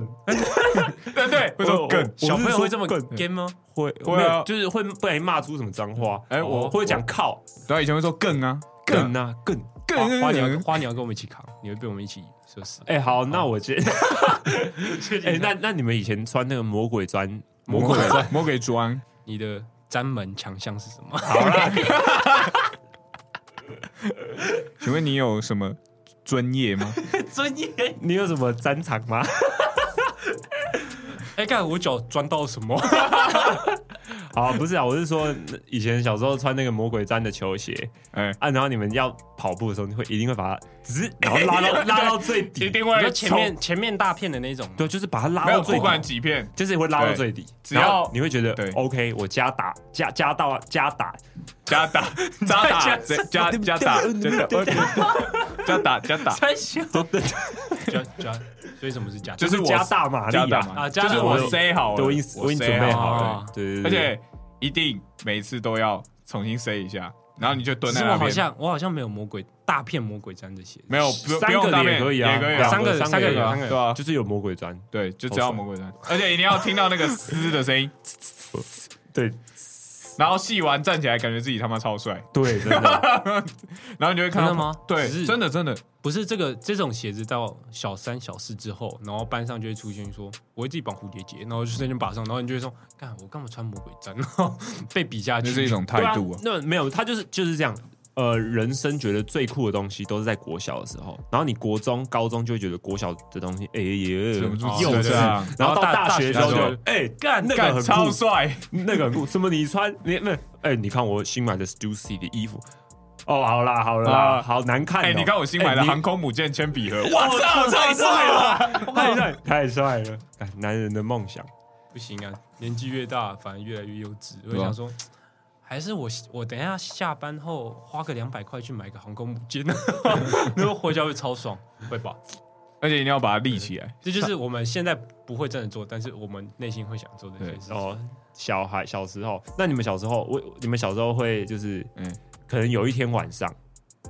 对对，会说
我
更。
我
小朋友会这么
更
game 吗？
会
会啊
没有就是会不然骂出什么脏话，哦
哎我
会讲靠
对啊，以前会说更啊，
更啊更。
花
更
花鸟花鸟跟我们一起扛，你会被我们一起射死。
哎，好，那我觉得， 哎，那那你们以前穿那个魔鬼砖，
魔鬼砖，魔鬼砖。
你的粘门强项是什 么？
请问你有什么专业 吗？
专业。
你有什么战场 吗？
哎，看我脚钻到什 么？
好，不是啊，我是说以前小时候穿那个魔鬼毡的球鞋
哎，
啊，然后你们要跑步的时候，你会一定会把它直，然后拉 到拉到最底，
你
会
说前面前面大片的那种吗，
对，就是把它拉
没
到
有，
最
不管
底，
几片，
就是会拉到最底，
只要
然后你会觉得
对
OK，我加打加加到加打，
加 打加打加加打 加打加打加 打，
太小。 加加，所以什么是加？
就是我
加大马
加
力
打
啊，
嘛，
啊
就
加
是
大
我
马力
塞好了，
都已经我已经
塞
准备
好
好
了，
了，对对
而
对对，
且一定每次都要重新塞一下，然后你就
可
蹲在
是
那
我好
边，
像我好像没有魔鬼大片魔鬼毡的鞋子，
没有哎不
三
不用
个
大
的也
便
可以啊
也可以
两个
啊，
三个
三
三
个
个
也可以
有
啊
三个
对
有。
啊，
就是有魔鬼毡，
对，啊就只要魔鬼毡，而且一定要听到那个嘶的声音，
对
然后戏完站起来，感觉自己他妈超帅，
对，啊真的
然后你就会看
真
到
的吗
对
只，是
真的真的，
不是这个这种鞋子到小三小四之后，然后班上就会出现说，我会自己绑蝴蝶结，然后就在那边绑上，然后你就会说，干我干嘛穿魔鬼毡，然后被比下去，
这是一种
对
态度啊。
那没有，他就是就是这样。呃，人生觉得最酷的东西都是在国小的时候，然后你国中、高中就会觉得国小的东西，哎呀，
忍不住
幼
吃
稚
啊，
然后到
大
大
大
学
学
之后
的
就
时候
哎
干
那个
干
很
超
酷，
帅，
那个很酷，什么你穿你那哎，你看我新买的 Stussy 的衣服，哦，好啦好啦，
啊
好难看哦，
哎，你看我新买的
哎你
航空母舰铅笔盒，
哇操，太帅了，太
太
帅太帅了，哎男人的梦想，
不行啊，年纪越大反而越来越幼稚，
啊
我就想说。还是我我等一下下班后花个两百块去买个航空母舰，啊 然后回家会超爽，会吧？
而且一定要把它立起来。
这就是我们现在不会真的做，但是我们内心会想做的一些事情。
哦，小孩小时候，那你们小时候，我你们小时候会就是，嗯
嗯，
可能有一天晚上，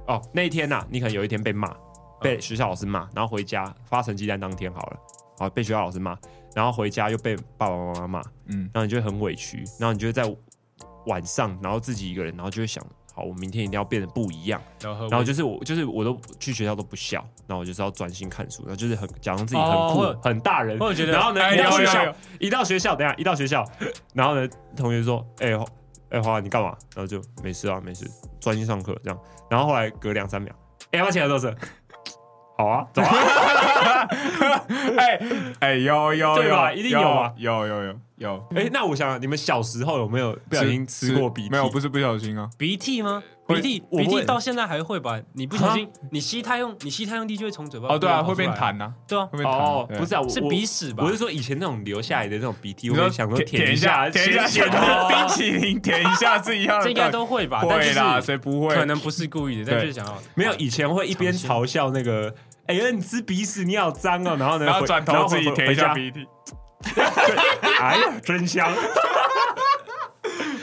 哦，那一天呐、你可能有一天被骂，被学校老师骂，然后回家发成绩单当天好了，好被学校老师骂，然后回家又被爸爸妈妈骂，
嗯，
然后你就会很委屈，然后你就会在晚上，然后自己一个人，然后就会想，好，我明天一定要变得不一样，
然后
然后就是我就是我都去学校都不笑，然后我就是要专心看书，然后就是很假装自己很
哦
酷、
会有
很大人，
会有觉得
然后呢，
哎
一到
有
学
有
校
有，
一到学校，等一下一到学校，然后呢，同学说，哎、花哎、花你干嘛？然后就没事啊，没事，专心上课这样。然后后来隔两三秒，哎、要不要起来做事？ 好啊，走啊，
哎哎，有有
对吧
有
一定有啊吧
有有有有，
哎、那我想想你们小时候有没有不小心吃过鼻涕？
没有，不是不小心啊。
鼻涕吗？
会
鼻涕，
我会
鼻涕到现在还会吧？你不小心，你吸太用，你吸太用力就会从嘴巴
啊哦，对啊，
跑出
会
来
变，痰呐，
对啊，
会变
哦，
痰。
不是啊，我
是鼻屎吧
我？我是说以前那种留下来的那种鼻涕，
你
我
说
会想说
舔舔
一
一下，舔
舔
一下，舔
舔
的冰淇淋，舔一下是一样的，
这应该都会吧？但就
会
是
啦，谁不会？
可能不是故意的，但
对
就是想要
没有，以前会一边嘲笑那个，哎呀，你吃鼻屎，你好脏 哦，然后呢，
然后
回
转头自己舔一下，
然后回回
鼻涕，
家哎呀，真香，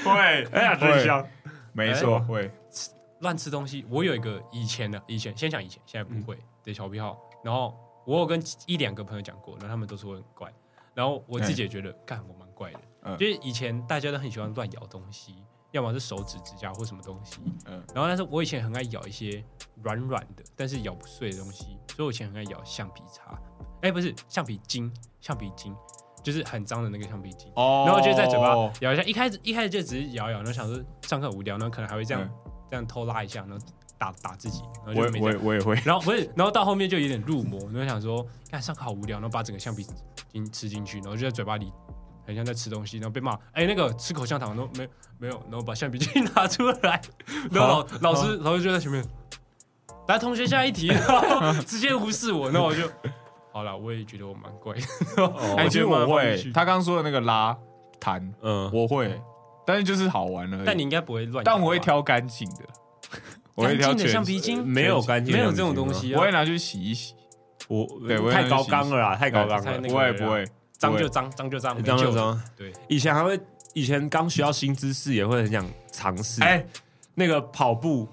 会，
哎呀，真香，
没错，会。
乱吃东西。我有一个以前的，以前先讲以前，现在不会
嗯
的小癖好。然后我有跟一两个朋友讲过，然后他们都说我很怪。然后我自己也觉得，干我蛮怪的，
嗯
就是以前大家都很喜欢乱咬东西，要么是手指指甲或什么东西。
嗯
然后但是我以前很爱咬一些软软的，但是咬不碎的东西，所以我以前很爱咬橡皮擦，哎，不是橡皮筋，橡皮筋就是很脏的那个橡皮筋。
哦
然后就在嘴巴咬一下，一开始一开始就只是咬一咬，然后想说上课无聊，然后可能还会这样、
嗯
这样偷拉一下，然后打打自己，然后就
我
没
也
这
我也
样。
我也会，
然后不是，然后到后面就有点入魔，然后想说，看上课好无聊，然后把整个橡皮筋吃进去，然后就在嘴巴里很像在吃东西，然后被骂，哎、那个吃口香糖，然后没没有，然后把橡皮筋 拿出来，然后老老师老师就在前面，来同学下一题，然后 直接无视我，那我就好了，我也觉得我蛮怪的，
哎，其实我
还
会
是，
他刚刚说的那个拉弹，
嗯，
我会，但是就是好玩了。
但你应该不会乱，
但我会。挑干净的， 我会
干
挑
净的橡
全
皮
身，
筋
没有干净
没
的
有
橡
这
皮筋
种东
吗
西啊，
我会拿去洗一洗。
我
对我也
太
很
高
喜
纲了啦，太高纲
太
了
那，
不
个了
会不会，
脏
不会
就脏，脏就脏，没
张
救
张
了。
张，
对，
以前还会，以前刚学到新知识也会很想尝试，
哎
那个跑步，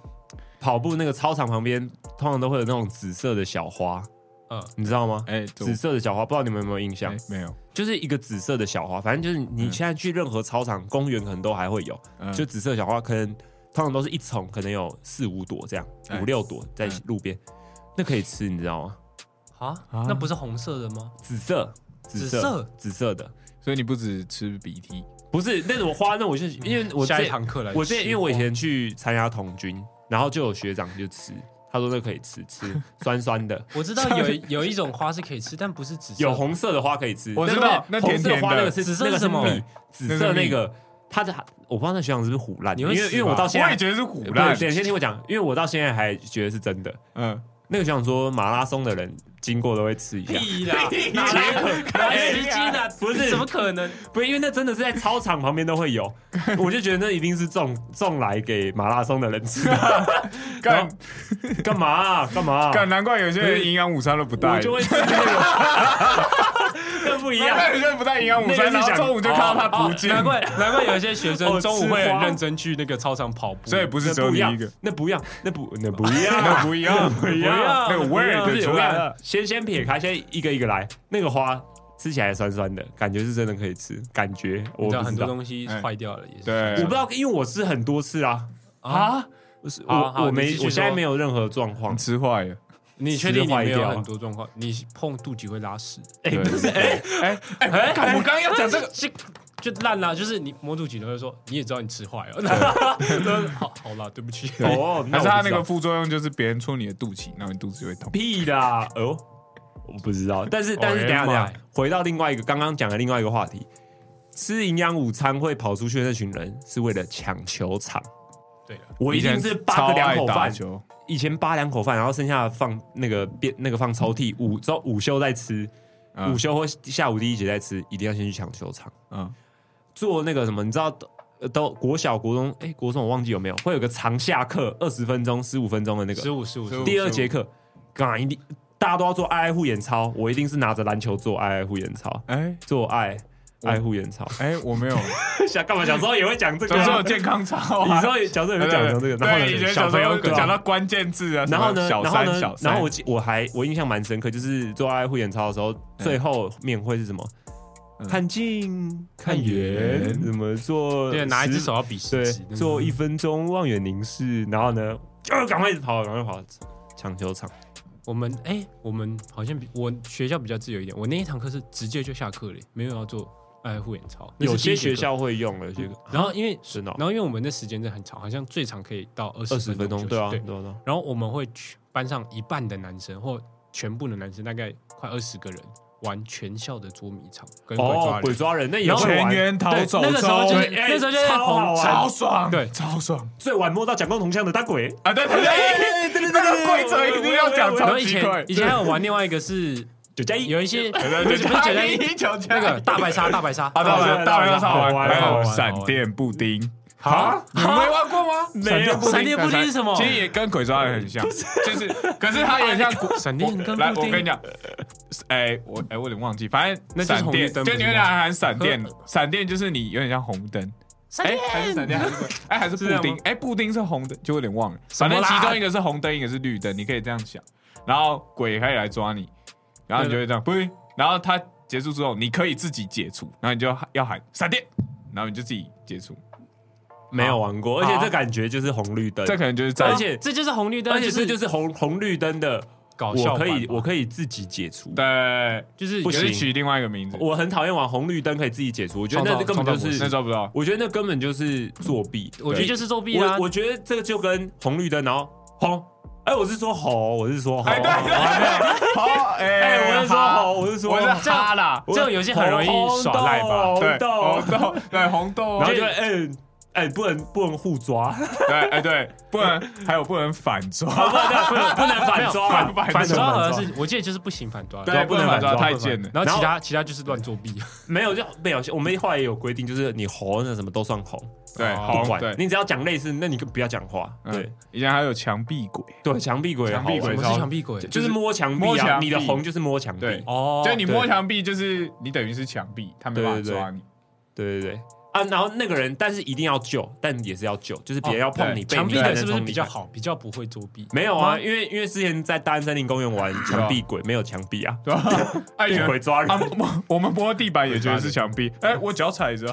跑步那个操场旁边通常都会有那种紫色的小花，
嗯，
你知道吗？
哎，
紫色的小花，不知道你们有没有印象
哎？没有，
就是一个紫色的小花，反正就是你
嗯
现在去任何操场、公园，可能都还会有，
嗯
就紫色小花，可能通常都是一丛，可能有四五朵这样，
哎
五六朵在
嗯
路边，那可以吃，你知道吗？
啊，那不是红色的吗？
紫色，紫
紫色
色，紫色的，
所以你不只吃鼻涕，
不是那种花，那我就因为我
下
这
一堂课来吃，
我之前因为我以前去参加童军，然后就有学长就吃，他说那可以吃，吃酸酸的，
我知道有有一种花是可以吃，但不是紫色
有红色的花可以吃，
我
那
知道
个
那
红
甜
色
甜的
花那个是
紫色
那
是
个
什么
米紫色
那个
那
蜜
个他的我不知道那学长是不是胡乱，
你
因
会
为
死
因为
吧
我到现
我也
在。
觉得是虎
不
烂
对，。先先听我讲，因为我到现在还觉得是真的。
嗯，
那个学长说，马拉松的人经过都会吃一下，
屁 啦，哪来 哪来十斤啊？
哎不是
怎么可能？
不是因为那真的是在操场旁边都会有，我就觉得那一定是种种来给马拉松的人吃的。
干
干嘛啊干嘛啊？
干，难怪有些
不
人
是
营养午餐都不带
我， 就会吃那个，那不一样。
那有些人不带营养午
那个
餐，
是
然后
想
中午就看到他不见，
难怪 难怪有一些学生
哦
中午会
吃
很
花
认真去那个操场跑步，
所以不是只有
那不
你
一
一
样
个，，
那不一样，那不那不一样，
那不 一样，
不一样，
那个味儿
不
就是出
我跟你
来
讲
了。
先先撇开，先一个一个来。那个花吃起来酸酸的，感觉是真的可以吃，感觉我
你知道
不
很
知
多
道，
东西
哎
坏掉了也是。
对
我不知道，因为我吃很多次啊
啊，
我是
好好
我我
你
没
继续
我现在
说
没有任何状况
你。吃坏了，
你确定你没
吃坏
有
掉
很多状况？你碰肚脐会拉屎，
哎，
对
不是哎，
哎哎，干我刚刚要讲这个，
就 就烂啦，就是你摸肚脐，然后就说你也知道你吃坏了，就是 好好啦，对不起。
哦，
还
那
是他
我
那
不知
个
道
副作用就是别人戳你的肚脐，然后你肚子就会痛。
屁啦，哦，我不知道。但是但是
哦
等一下
原
等一
来
下，回到另外一个刚刚讲的另外一个话题，吃营养午餐会跑出去的那群人是为了抢球场。
对了，
我一定是扒
超
个两
爱
口
打
饭，
球，
以前扒两口饭，然后剩下的放那个边那个放抽屉，午之后午休再吃，
嗯
午休或下午第一节再吃，一定要先去抢球场
嗯，
做那个什么，你知道都都国小国中哎、国中我忘记有没有，会有个长下课二十分钟十五分钟的那
十
个
五十五，
15
第二节课，干一定大家都要做爱爱护眼操，我一定是拿着篮球做爱爱护眼操，
哎
做爱爱护眼操，
哎，我 没有，
想干嘛？小时候也会讲这个
总是有
啊、
健康操
你
啊
知。道小时候也会
对
讲讲这个，然后
对，以
呢
前
小
小时
朋友
候
梗
讲到关键字啊，什么
然后呢，
小
然后
三
呢
小，三，
然后我记我还我印象蛮深刻，就是做爱护眼操的时候，最后面会是什么？
嗯
看近看
远
远，怎么做？
对，拿一只
十
手要比
对
十指，
嗯
做一分钟望远凝视，然后呢，就赶快跑，赶快跑，抢球场。
我们哎、我们好像比我学校比较自由一点。我那一堂课是直接就下课了，没有要做爱护眼操。
有
那是第
些
一节
学
课，
校会用了这个，
然后因为
真的
然后因为我们的时间真的很长，好像最长可以到二
二十分
分
钟，
休息
对啊，对
对
啊。对啊。
然后我们会去班上一半的男生或全部的男生，大概快二十个人玩全校的捉迷藏跟鬼抓
哦，鬼
人。
抓人那也
然后
会
全
玩，
员逃走
对那个时候
中
就是
对哎
那时候就是
超好玩
超爽，
对
超爽
最晚摸到蒋公铜像的当鬼，
啊！对对对对对，那个规则一定要讲，
然
超
后以
奇
前
怪。
以前还有玩另外一个是
九加一
有一些不是
对对
不是
对
九加一
一球加
那个大白鲨大白鲨
啊，大白大白超好玩，
好玩
还
好
有
玩
闪电布丁
啊
你们没玩过吗？
没有
闪电布丁是什么
其实也跟鬼抓人很像，就是，可是它有点像鬼
闪电跟
来，
布
我跟你
丁。
讲，哎，我哎，我有点忘记，反正
那就是
闪
红绿
电，
灯
就
不
你
是
有
吗
点喊闪电
呵，
闪电就是你有点像红灯，哎，还是闪电，还是什么哎，还是
这
布
样吗
丁，哎，布丁是红灯，就有点忘了，
什
反
么啦
正其中一个是红灯，一个是绿灯，你可以这样想，然后鬼可以来抓你，然后你就会这样，布丁，然后它结束之后，你可以自己解除，然后你就要喊闪电，然后你就自己解除，
没有玩过，而
啊
且这感觉就是红绿灯，
这可能就是在
呃而且
这就是红绿灯，
而且这就是是红红绿灯的
搞笑
我
版
可
吧
以我可以自己解除，
对，
就是
不
就
行
是取另外一个名字，
我很讨厌玩红绿灯可以自己解除，我觉得那
创造
根本就
创造模
那
是，
抓不到。
我觉得那根本就是作弊。
我觉得
对
就是作弊啊
我。我觉得这个就跟红绿灯，然后红，哎，我是说吼，我是说吼，
哎，对对对，好，
哎，
哎，
我是说
好，
吼，我是说，
我是
吼
哈啦，
我
这种游戏很容易耍赖吧哦
红
对，
豆
红，豆，对，红豆，
然后就会哎哎，不能不能互抓，
对，哎对，不能还有不能反抓，
哦不能不能反抓啊，
反
反抓好像是，我记得啊就是不行反抓，
对，不能反
不
抓，
能反抓
太贱了。
然后
然后
其他其他就是乱作弊，
没有就没有，我们后来也有规定，就是你吼那什么都算吼，
对，
哦
不
红，
管
对，
你只要讲类似，那你就不要讲话，
嗯
对。
以前还有墙壁鬼，
对，墙壁鬼也好玩，
墙壁
我
鬼
们是墙壁鬼
就就是摸墙
摸
壁啊，
墙壁
你的红就是摸墙壁，
对
哦
就你
对
摸墙壁，就是你等于是墙壁，他没办法
对对对
抓你。
对对对啊，然后那个人但是一定要救，但也是要救，就是别
哦
要碰
对
你背，
墙壁
你才
鬼
能
是不是
从
比较
里面？
好，比较不会作弊？
没有啊，因为因为之前在大安森林公园玩墙壁鬼，没有墙壁啊，
对吧？哎，
被鬼抓人
啊，，摸我们摸地板也觉得是墙壁，哎，我脚踩着，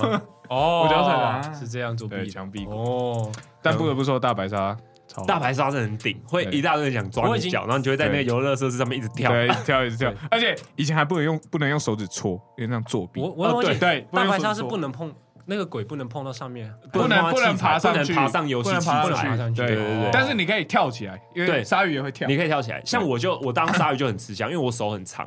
啊
哦，
我脚踩的啊
是这样作
对，
弊的
墙壁鬼。
哦，
但不得不说，大白鲨超
大白鲨是很顶，会
对
一大堆人想抓
我已
你
经
脚，然后你就会在那个
对
游乐设施上面一直跳。
对，一直跳一直跳
对，
而且以前还不能用不能用手指戳，因为那样作弊
我。我有
哦
忘
对
记
对，
大白鲨是
不能用手指戳
不能碰那个鬼，不能碰到上面，
不能
不
不能爬上去，
不能爬上游戏
不能
器
爬
不能爬
上
上
去。
去
对对对
但是你可以跳起来，因为
对
鲨鱼也会跳
你。可以跳起来。像我就我当鲨鱼就很吃香，因为我手很长，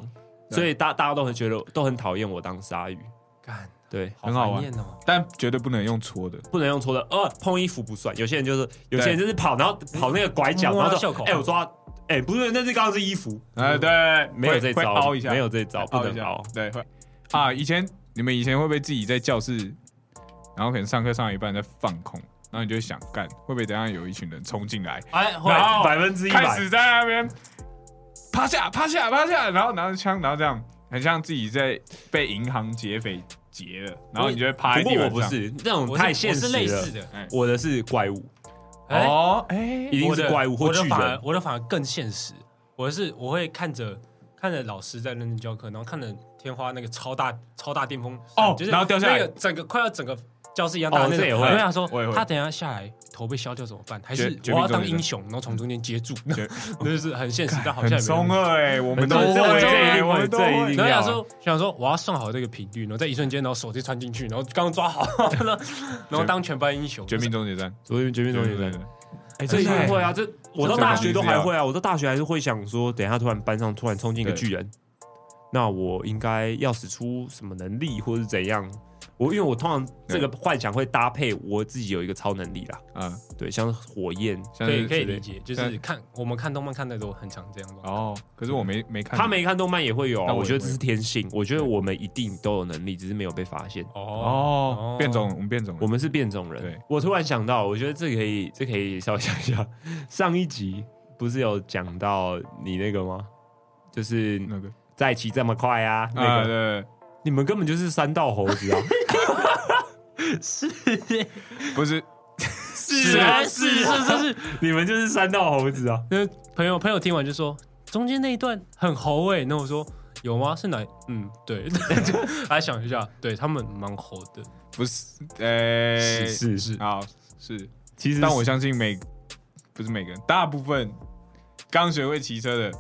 对
所以大大家都很觉得都很讨厌我当鲨鱼。
干，
对，
很好玩
怀念哦。
但绝对不能用戳的。
不能用搓的，呃，碰衣服不算。有些人就是，有些人就是跑，然后跑那个拐角，
摸到
然后说
袖口：“
哎、我抓，哎、不是，那是刚刚是衣服，
哎，对，
嗯没有
会
这
会
招，
凹一下，
没有这招，哦不
凹一
能
下
凹。
对，会啊。以前你们以前会不会自己在教室，然后可能上课上一半在放空，然后你就想干，会不会等一下有一群人冲进来，
哎，后
然
来
后
百分之一
开
百，
始在那边趴下趴下趴下，然后拿着枪，然后这样，很像自己在被银行劫匪劫了，然后你就会趴在
不
地
过我
板
不
上。
是那种
我
太
是
现
我
实
是
了，
类似的，
我的是怪物，
哎，
哦，哎
一定是怪物或
我的
巨
反而
人。
我的反而更现实，我是我会看着看着老师在认真教课，然后看着天花那个超大超大电风扇
哦
就是
然后掉下来
那个整个快要整个教室一样大
哦
的那个，
这也会
我就想说
我也会
他等一下下来头被削掉怎么办？还
绝
是
绝
我
命
要
终
当
结
英
者
雄，然后从中间接住，
绝
就是很现实，但好像
很
也没有
中二哎，我们都
很中二
会，欸
这
我们都
这一
会
定。啊
然后想说，想说我要算好这个频率，然后在一瞬间，然后手就穿进去，然后刚刚抓好， 然后然后当全班英雄。
绝命终结战，
所以绝命终结战
对对，对
哎，这一定会啊！这我到大学都还会啊，我到大学还是会想说，等一下突然班上突然冲进一个巨人，那我应该要使出什么能力，或是怎样？我因为我通常这个幻想会搭配我自己有一个超能力啦，
嗯，
对，像火焰，
像
可以
是
可以
之类
理解，就是看我们看动漫看的都很常这样吧。
哦，可是我没没看，
他没看动漫也会有啊，
那我也
我觉得
会
这是天性，我觉得我们一定都有能力，只是没有被发现。
哦，
哦
哦，
变种，我们变种
我
了，
们是变种人
对。
我突然想到，我觉得这可以，这可以稍微想一下。上一集不是有讲到你那个吗？就是
那个
在一起这么快啊，嗯那
啊，
个、
对，对
你们根本就是三道猴子 啊！
对不是
是
啊是是是是，
你们就是三道猴子啊！
那朋友朋友听完就说，中间那一段很猴哎，那我说有吗？是哪？嗯，对， 来想一下，对他们蛮猴的，
不是，呃，
是是是，
啊是，
其实
但我相信每不是每个人，大部分刚学会骑车的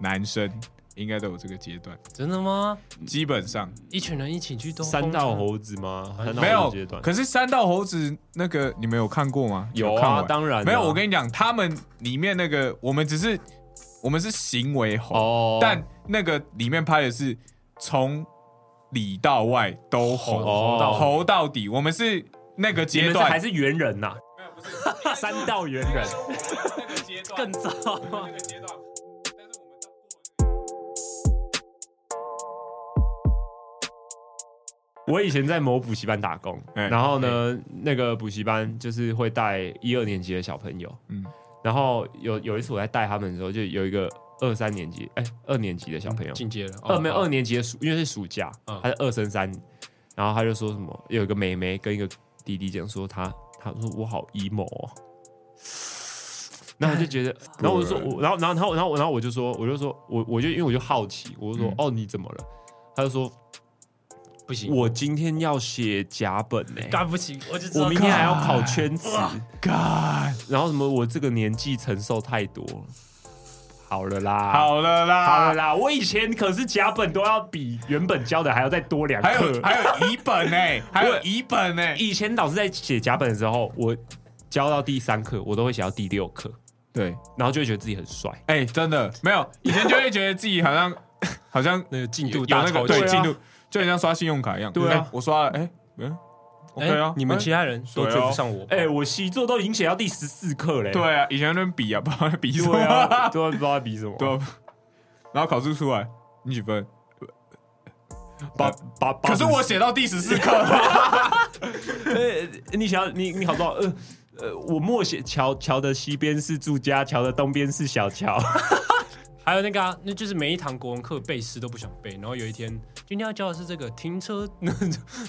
男生应该都有这个阶段，
真的吗？
嗯
基本上
一群人一起去兜风
三道猴子吗？
好像
三
没
道猴
有
子阶段。
可是三道猴子那个你们有看过吗？
有
看
啊，
完
当然啊
没有，我跟你讲，他们里面那个我们只是我们是行为猴，
哦，
但那个里面拍的是从里到外都猴，
猴到
猴到底。我们是那个
哦你
阶
们是还
段，
是猿人 呐、三道猿 人。
那个阶段
更糟。
啊
那个阶段。
我以前在某补习班打工，
哎
然后呢，那个补习班就是会带一二年级的小朋友，嗯
嗯，
然后有有一次我在带他们的时候，就有一个二三年级，哎、二年级的小朋友，
进阶了，哦
二没有二，年级的暑，因为是暑假，
嗯
他是二升三，然后他就说什么，有一个妹妹跟一个弟弟讲说他，他说我好 emo，、哦、然后我就觉得，然后我就说，我然后然后然后然后然后我就说，我就说我我就因为我就好奇，我就说、
嗯
哦你怎么了？他就说
不行，
我今天要写甲本呢、
干不行，我就知道
我明天还要考圈词，
God，
然后什么我这个年纪承受太多了。好了啦，
好了啦，
好了啦，我以前可是甲本都要比原本教的还要再多两
还
课
有。还有乙本呢、 还有乙本欸呢、
以前老师在写甲本的时候，我教到第三课，我都会写到第六课，
对，
然后就会觉得自己很帅。
哎、真的没有，以前就会觉得自己好像 好像
那个进
有
度
有
大
那
超前
个对
对啊
进度，就很像刷信用卡一样。
对啊
哎我刷了，哎、嗯
哎
，OK 啊，
你们
哎
其他人都追不上我。
哎、我习作都已经写到第十四课 嘞。
对啊，以前在那边比啊，不知道在比什么，
对 啊，都不知道在比什么。
对啊然后考试出来你几分？
八八八。
可是我写到第十四 课，
呃，你想要你你好不好？呃呃，我默写桥桥的西边是住家，桥的东边是小 桥。
还有那个、啊，那就是每一堂国文课背诗都不想背，然后有一天今天要教的是这个停车，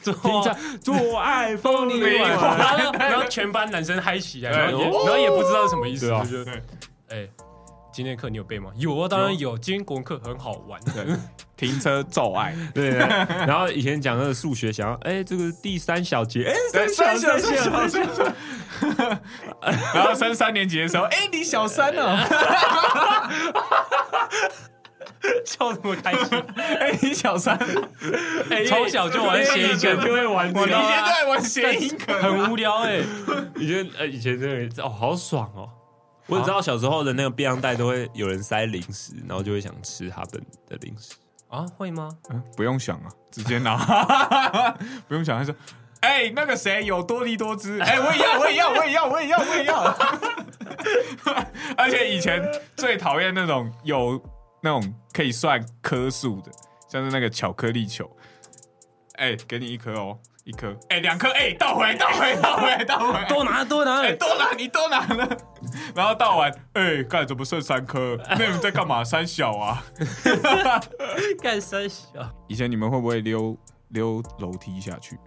之后啊
做爱风
然
铃
后 然后然后全班男生嗨起来，然后也然后也不知道什么意思，
对啊
就是哎，今天课你有背吗？有啊，当然有。今天国文课很好玩，
对停车骤爱，
对，对然后以前讲那个数学，想要哎、这个第三小节，哎、
对
三小
三
三小
小
三小，
然后升三年级的时候，哎、你小三哦了、
笑这么开心，
哎、你小三，
哎
从小就玩谐音梗
就会玩这
我
个
你现在玩谐音梗，
很无聊哎。
以前呃，以前真的哦，好爽哦！我只知道小时候的那个便当袋都会有人塞零食，然后就会想吃他们的零食。
啊，会吗？
嗯不用想啊，直接拿， 不用想。他说：“哎、那个谁有多利多汁？哎、我也要，我也要，我也要，我也要，我也要。 而且以前最讨厌那种有那种可以算颗数的，像是那个巧克力球。哎、给你一颗哦，一颗。哎、两颗。哎、倒回，倒回，倒回，倒回。
多拿多拿
哎、，都拿，你都拿了。 然后倒完，哎、干怎么剩三颗？那你们在干嘛？三小啊。
干三小。
以前你们会不会溜溜楼梯下去？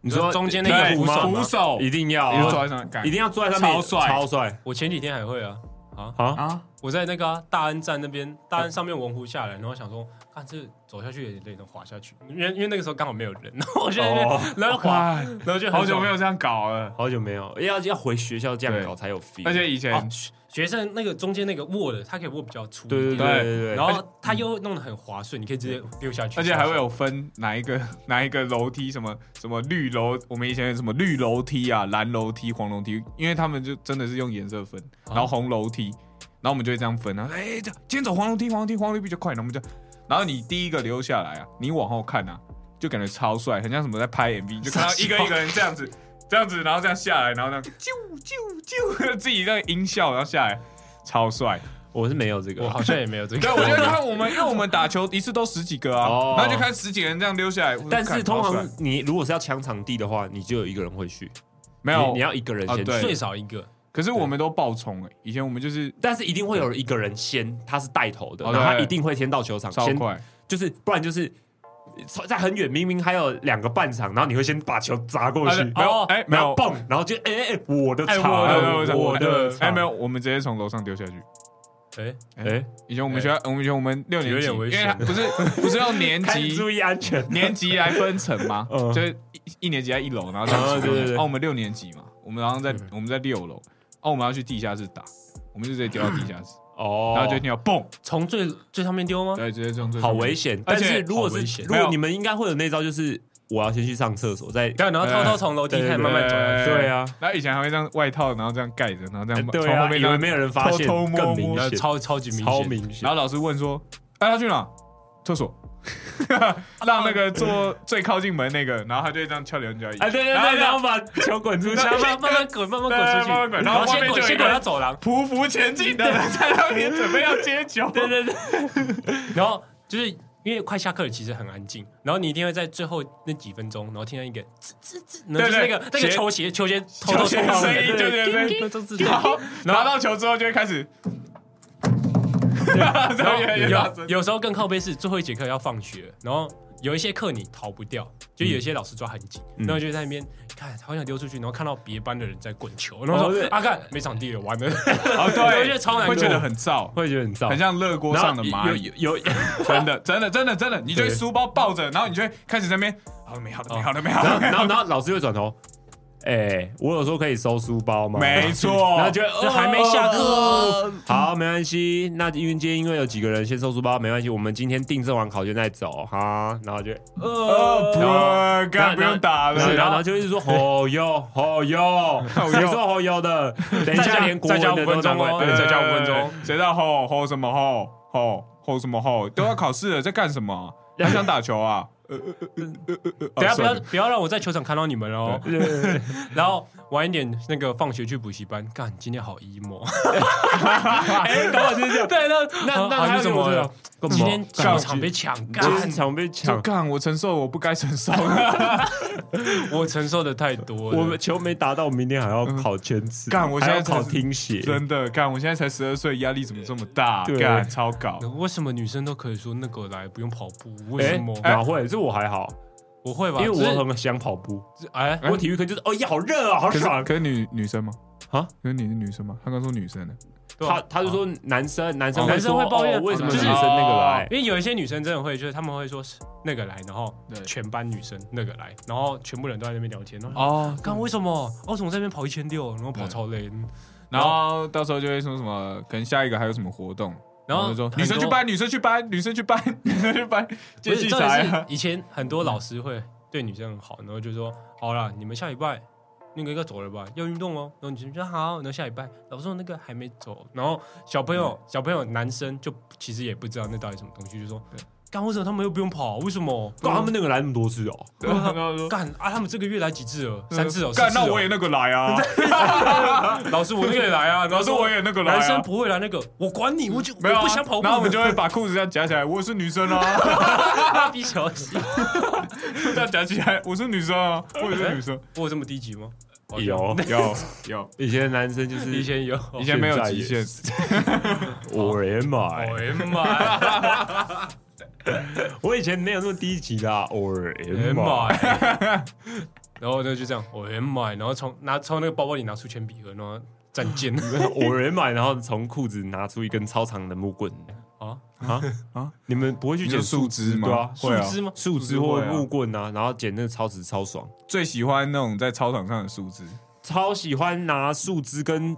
你说
中间那
对
个啊扶手
吗
吗
扶手
一定要
你就
啊，
坐在上干
一定要坐在上面，
超帅
超帅
我前几天还会啊啊！
啊！
啊！
我在那个啊、大安站那边，大
嗯
安上面文湖下来，然后想说，看这走下去有点累，能滑下去，因为因为那个时候刚好没有人，然 后我就在那边、
哦
然后滑，
哇，
然后就
好久没
有
有这样搞了。
好久没有，要要回学校这样
对
搞才有 feel。
而且以前
哦学生那个中间那个握的，它可以握比较粗一
对对
点，
对对对，
然后它又弄得很滑顺，你可以直接丢下去，
嗯而且还会有分哪一个 哪一个楼梯，什么什么绿楼，我们以前有什么绿楼梯啊、蓝楼梯、黄楼梯，因为他们就真的是用颜色分，
啊
然后红楼梯，然后我们就会这样分啊，哎，这今天走黄楼梯，黄楼梯，黄楼梯比较快，然后我们就，然后你第一个溜下来啊，你往后看啊，就感觉超帅，很像什么在拍 MV，你就看到一个一个人这 样子，这样子，然后这样下来，然后这样啾 啾啾，自己那个音效，然后下来，超帅。
我是没有这个
我，好像也没有这个，
对，我就看我们，因为我们打球一次都十几个啊
哦，
然后就看十几个人这样溜下来。我就
但是
看
通
好帅
常你如果是要抢场地的话，你就有一个人会去，
没
你
有
你，要一个人
啊
先
对
去，
最少一个，
可是我们都爆冲哎，以前我们就是
但是一定会有一个人先，他是带头的，
哦
然后他
对
一定会先到球场，
超
先
快，
就是不然就是呃在很远，明明还有两个半场，然后你会先把球砸过去，
啊没有，哎，没
然后
有，
蹦，然后就哎哎、哎我的
哎
场，
我的
没有没有没有
我的场，
哎，没有，我们直接从楼上丢下去。
哎，
哎，
以前我们学校，我们以前我们六年级，
有点
因
危
为
险
它不是 不是用年
开始
级
注意安全。
年级来分层吗？
嗯
就是一一年级在一楼，然后这
啊
样
对对对
哦，我们六年级嘛，我们然后在我们在六楼，哦，我们要去地下室打，我们就直接丢到地下室，
哦
然后就听到蹦，
从最最上面丢吗？
对，直接这样最
好
上面
危险。
而
但
且
是如果
好危
是
险
如
没
果
有
你们应该会有那招，就是我要先去上厕所，再
对，然后偷
嗯
偷从楼梯
对
开始慢慢走下去。
对啊，
然后以前还会这样外套，然后这样盖着，然后这
哎
样
对
从后
啊，
面
以
这
为
样
没有人发现，
偷偷摸摸
更明
然后
显，
超超级明
超
显，
明
然
显。
后老师问说：“哎，他去哪？厕所？” 让那个坐最靠近门那个，然后他就这样翘两脚椅，
哎，对对
然后
对，
这
然
样
后把球滚出去，
然后慢慢慢滚，慢慢滚出去，
对慢慢滚然
然
后
后
外
先
面就
滚，
有一
先
个
滚到走廊，
匍匐前进的人在那边准备要接 球。
对对对，然后就是因为快下课了，其实很安静，然后你一定会在最后那几分钟，然后听到一个吱吱吱，然后就是那个那
对鞋
个球鞋球鞋偷偷
球鞋
冲到
声
那
音
个
对对对
叮叮都是
然后拿到球之后就会开始， 然
然
后
后
越来越大声
有。有时候更靠背是最后一节课要放学，然后有一些课你逃不掉，就有一些老师抓很紧，
嗯
然后就在那边看，好想丢出去，然后看到别班的人在滚球，然后
哦
说
对
啊，看没场地了，完了，
哦，
我觉得超难过
嗯会觉得很燥，
会觉得很燥，
很像热锅
然后
上的蚂蚁。
有有有
真的，真的，真的，真的，你就会
对哦
书包抱着，然后你就会开始在那边，好了没，好了没，好了没，好
然
了
后
没
然。后然后老师会转头，哎、我有说可以收书包吗？
没错，
然后就哦
还没下课，
呃好，没关系。那因为今天因为有几个人先收书包，没关系，我们今天订正完考卷再走哈。然后就
哦
呃，
然后
不，刚不用打
不是，
了，
然后然后就一直 说吼哟吼哟，谁说吼哟的？等一下连国
再
文
加
的
五分
都
钟
拿
哦
过来
对再加五分钟，
谁在吼吼什么吼吼吼什 么吼？都要考试了，在干什么？还想打球啊？
呃等一下
哦
不要
算了
不要让我在球场看到你们哦。 然后晚一点那个放学去补习班，干今天好 emo。哎，搞我就是这样。 对，那
那那还有
什
什
么
么？干嘛
今天
干
球场被抢干，
就是常被
就
抢，
干，我承受我不该承 受的，
我承受的太多了。
我们球没打到，我明天还
嗯
要考圈词，
干我现在
还要考听写，
真的干，我现在才十二岁，压力怎么这么 大？
对
干，超搞。
为什么女生都可以说那个来不用跑步？为
哎
什么？
哪会？这我还好，
我会吧，
因为
只是
我很想跑步，
哎，
我体育课就是哦，呀，好热啊，好
可是
爽。
可是女女生吗？
啊，
可是你是女生吗？他刚说女生呢。
对
他
吧
他就说男生男生
哦男生
说
会抱怨
哦为什么
就
女
是
生那个来？
因为有一些女生真的会，就是他们会说是那个来，然后
对
全班女生那个来，然后全部人都在那边聊天。然后
哦，
刚为什么？哦，怎么在那边跑一千六，然后跑超累，嗯
然后到时候就会说什么，可能下一个还有什么活动，
然后
就说
很多
女生去搬，女生去搬，女生去搬， 女生去搬，
不
借
是
器
重点
材
是
啊。
以前很多老师会对女生很好，然后就说好啦，你们下礼拜那个要走了吧，要运动哦。然后女生说好，然后下礼拜老师说那个还没走，然后小朋
嗯
友小朋友男生就其实也不知道那到底什么东西，就说
对嗯
干为什么他们又不用跑？为什么？
干他们那个来那么多次哦，
对然后说嗯
干啊！他们这个月来几次了？三次哦，
干，
四次
那
哦
我也那个 来啊，
老师我那个也来啊，
老
老
师
师
我
我
也那个来啊。
男生不会来那个，我管你，我就
没有啊
我不想跑步，
然后我 们就会把裤子这样夹起来，我是女生啊，
蜡笔小新，
这样夹起来，我是女生啊，我也是女生。
我有这么低级吗？好像
有
有有，
以前的男生就是
哦 以前有，
以前没有极限，
我也
哎
买，
呀妈呀！
我以前没有那么低级的啊，我也
人
买。
买，然后呢就这样，我人买，然后从拿从那个包包里拿出铅笔盒，然后战舰
我也买，然后从裤子拿出一根超长的木棍
啊，
啊啊
啊！
你们不会去捡
你说树枝吗
对啊，
会啊
树枝吗？
树枝
树枝
或
会啊
木棍啊，然后捡那个超值超爽，
最喜欢那种在操场上的树枝，
超喜欢拿树枝跟。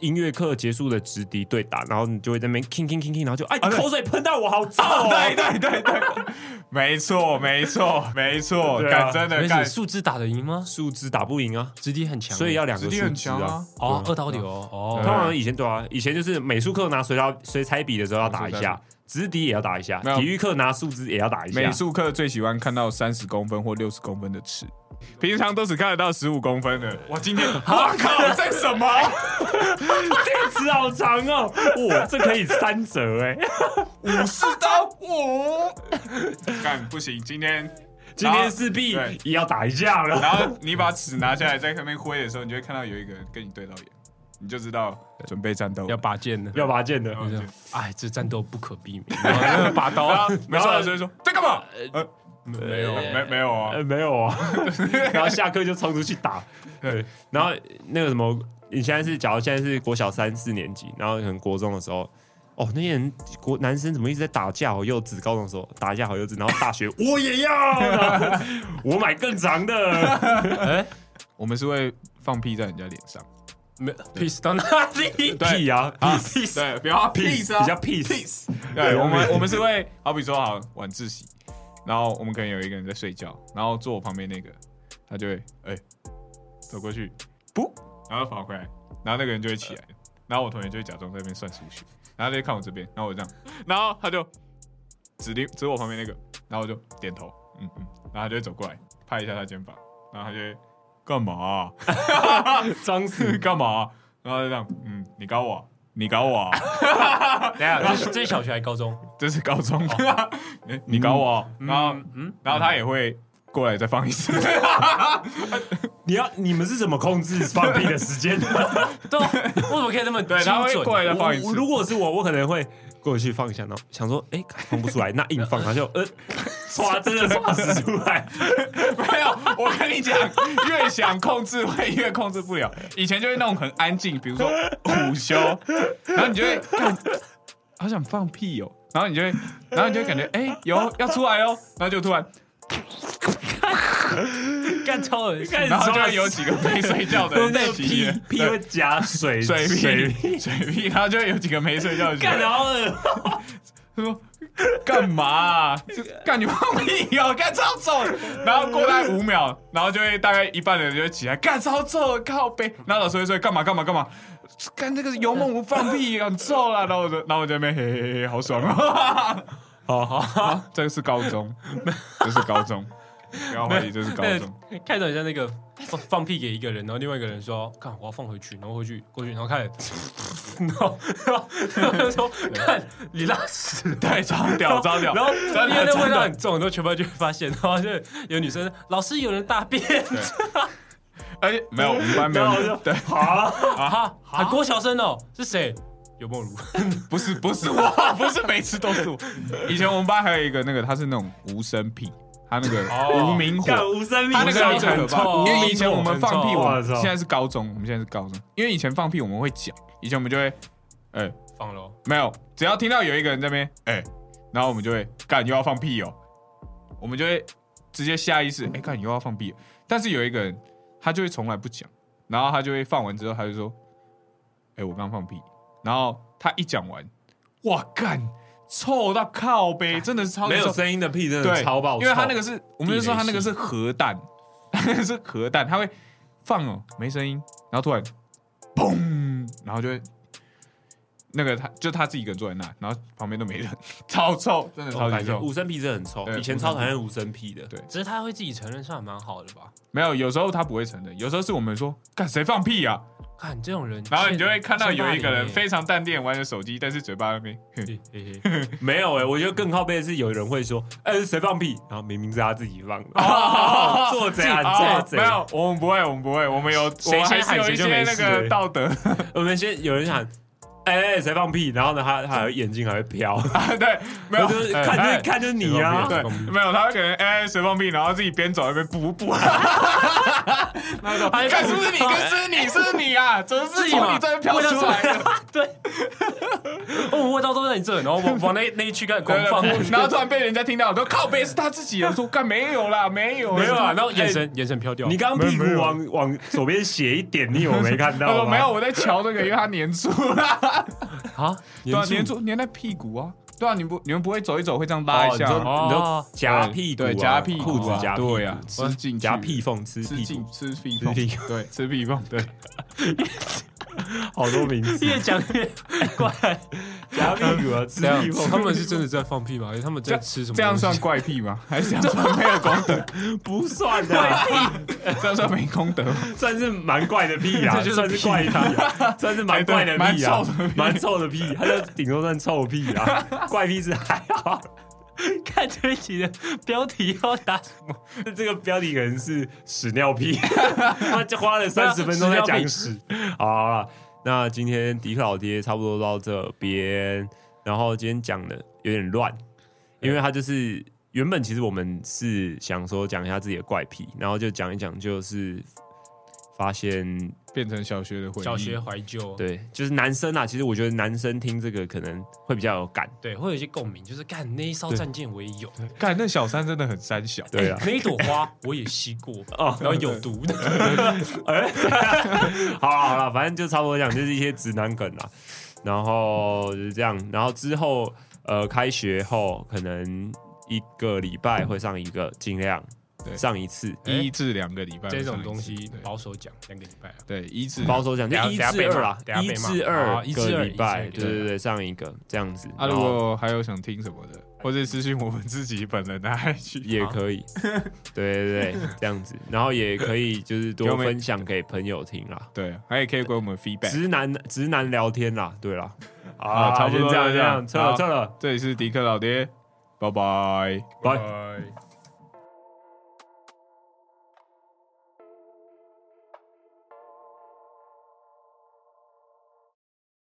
音乐课结束的直笛对打，然后你就会在那边 king king king king，然后就哎，你口水喷到我，好臭哦！
对对对对，没错没错没错，
对啊
干真的
而且
干，
树枝打得赢 吗？
树枝打不赢啊，
直敌很强，
所以要两个
实力
树
很
枝
强啊
啊。。
哦二刀流哦
通
哦，
常以前对啊，以前就是美术课拿水刀、水彩嗯笔的时候要打一下，直笛也要打一下，
没有
体育课拿树枝也要打一下。
美术课最喜欢看到三十公分或六十公分的尺，平常都只看得到十五公分的。我今天，我靠，这什 么？
字好长哦， 哇，这可以三折哎！
武士刀，我 干不行，今天。
今天势必
对
也要打一下了。
然后你把尺拿下来在上面挥的时候，你就会看到有一个人跟你对到眼，你就知道准备战斗。
要拔剑的，
要拔剑的，
就这样哎，这战斗不可避免，然后那个拔
然
啊
刀
后没事，就会说在干嘛？呃，
没有
没没有啊
呃，，没有 啊。然后下课就冲出去打。对，然后那个什么，你现在是，假如现在是国小三四年级，然后可能国中的时候。哦，那些人国男生怎么一直在打架？好幼稚！高中的时候打架好幼稚，然后大学 我也要，然后我买更长 的。
哎，
我们是会放屁在人家脸上。
没 peace 到哪里？
屁呀、啊，
啊，对，比较 peace 啊，
比较 peace。
peace。对，我们我们是会，好比说好晚自习，然后我们可能有一个人在睡觉，然后坐我旁边那个，他就会哎、走过去，噗，然后跑回来，然后那个人就会起来，然后我同学就会假装在那边算数学，然后他就看我这边，然后我这样，然后他就指定指我旁边那个，然后我就点头，嗯嗯，然后他就会走过来拍一下他肩膀，然后他就会干嘛啊、
装死
干嘛啊、然后就这样，嗯，你搞我啊，你搞我啊、
等一下，这是这是小学还是高中？
这是高中， 你哦你搞我哦，然后
嗯，
然后他也会过来再放一 次，
你要你们是怎么控制放屁的时 间的？
对，为什么可以那么
对，他
精
会
准
过来再放一
我
次
如。果是我，我可能会过去放一下，然后想说，哎、放不出来，那硬放，他就呃，唰，真的唰死出来。
没有，我跟你讲，越想控制会越控制不了。以前就会那种很安静，比如说午 休，然后你就会看，好想放屁哦， 然后你就会，然后你就会感觉，哎、有要出来哦，然后就突然。
干超恶心。
然后就会有几个没睡觉的人
那
在
个
起
屁
夜，
屁会加水
水
水
屁水屁，然后就会有几个没睡觉的人
干然后呢
他说干嘛啊、就干你放屁哦，干超臭的。然后过大概五秒，然后就会大概一半的人就会起来，干超臭的，靠背。然后老师会说干嘛干嘛干嘛，干这个是游梦无放屁，很臭啦。然后我就然后我就在那边嘿嘿嘿，好爽啊！
好好，
啊这个是高中，这是高中，不要怀疑这是高
那
中。
个开头很像那个放放屁给一个人，然后另外一个人说：“看，我要放回去。”然后回去过去，然后开始， 然后然后说：“看，你拉屎。”
啊 对，啊超屌超屌。
然后
真
因为
的
那味
真
道
的，
很重，然后全班就会发现，然后就有女生老师有人大便，
而且没有我们班没
然后我就
有，对，
好，
啊哈，喊郭小生哦，是谁？有梦如，
不是不是我，不是每次都是我。以前我们班还有一个那个，他是那种无声屁，他那个
哦
无名火，
干无生命
他那
无生
个
命
很
很
臭
臭，因为以前我们放屁，
很臭
我
很
们
臭
现在是高中，我们现在是高中，因为以前放屁我们会讲，以前我们就会，哎，
放了哦，
没有，只要听到有一个人在那边，哎，然后我们就会干又要放屁哦，我们就会直接下意识，哎，干又要放屁了，但是有一个人他就会从来不讲，然后他就会放完之后他就说，哎，我刚放屁，然后他一讲完，哇干，臭到靠背，真的是超级
没有
臭
声音的屁真的
对，
超爆臭，
因为他那个是，我们就说他那个
地
是核弹，他那个是核弹，他会放哦，没声音，然后突然嘣，然后就会那个他就他自己一个人坐在那，然后旁边都没人，超臭，真的
我
超级
感觉
臭。
无声屁真的很臭，
对
以前超讨厌无声屁的，
对
只是他会自己承认，算蛮好的吧？
没有，有时候他不会承认，有时候是我们说干谁放屁啊，
看这种人，
然后你就会看到有一个人
非，
非常淡定地玩着手机，但是嘴巴那边哼
欸 嘿嘿嘿
没有哎，我觉得更靠背的是有人会说，哎是谁放屁，然后明明是他自己放的，做贼啊做
啊
贼
没，有，我们不会，我们不会，我们有，我
谁
们还
先
是
喊
有一
谁就
些
没
那
事
个
了
道德。
我们先有人喊。哎，谁放屁？然后呢，他他还会眼睛还会飘，
啊对，没
我
有，
就是
哎
看
哎
就是看就是你啊，
谁
对
放屁，
没有，他会可能哎随放屁，然后自己边走一边 补补。
还
看是不是 你？看是不是你？是不是你啊？怎么是从你这边飘出 来的？
对， 哦，味道都在你这，然后 往往那那一区开始狂
对
放，
对对然后突然被人家听到，说靠背是他自己的，我说干没有啦，没有，
没有啊，然后眼神眼神飘掉，
你刚刚屁股
没有
往往左边斜一点，你以为哦我没看
他
到
说
吗？
没有，，我在瞧这个，因为他粘住 啦，
啊，
对啊，粘住粘在屁股啊，对啊，你不你们不会走一走会这样
哦
拉一
你
下
说
吗？
你
哦
说夹屁股啊，
对夹屁股啊
裤子夹屁股，
对啊吃进去
夹屁缝，吃
吃
屁
进
股，
吃屁
吃
缝，
屁股，
对，吃屁缝， 对，
好多名字，
越讲越怪。
夹屁股啊，吃
这样
屁缝，
他们是真的在放屁吗？还是他们在吃什么东西？
这样算怪癖吗？还是这样算没有功 德？
不算啊的，
这样算没功德吗？
算是蛮怪的屁啊，
这就是
算是
屁
怪癖啊，算是 蛮怪的屁啊
哎对蛮臭的，屁
蛮臭的屁，他就顶多算臭屁啊， 怪癖是还好。
看这一集的标题要打什么？
这个标题可能是屎尿 屁，他就花了三十分钟在讲屎。好啊好啊，那今天迪克老爹差不多到这边，然后今天讲的有点乱，因为他就是原本其实我们是想说讲一下自己的怪癖，然后就讲一讲，就是发现
变成小学的回忆，
小学怀旧，
对，就是男生啊，其实我觉得男生听这个可能会比较有感，
对，会有一些共鸣，就是干那一艘战舰我也有，
干那小三真的很三小，
对啊
哎。那一朵花我也吸 过，
哦
然后有毒的，
好
哎
了好了，反正就差不多讲，就是一些直男梗啦。然后就是这样，然后之后呃，开学后可能一个礼拜会上一个，尽量
对
上一次。
一至两个礼 拜
这
会上
种
一次
东西
对
保守讲两个礼拜啊。
对一至
保守讲就
等下
一
等下
至
被骂
二啦
等，下被
一
骂
至二
哦一至
个
二
礼拜，
一
对
至二
对对，上一个这样子，
啊，
然
如
后
果还有想听什么的，或者私信我们自己本人的 IG，
也可以，对对对，这样子，然后也可以就是
给
多
我们
分享给朋友听啦，
对，还也可以给我们 feedback。
直男直男聊天啦，对啦，啊
好差不多
先这样
就
这
这样
样，撤了
好
撤了，
这里是迪克老爹，拜拜。
拜。
拜。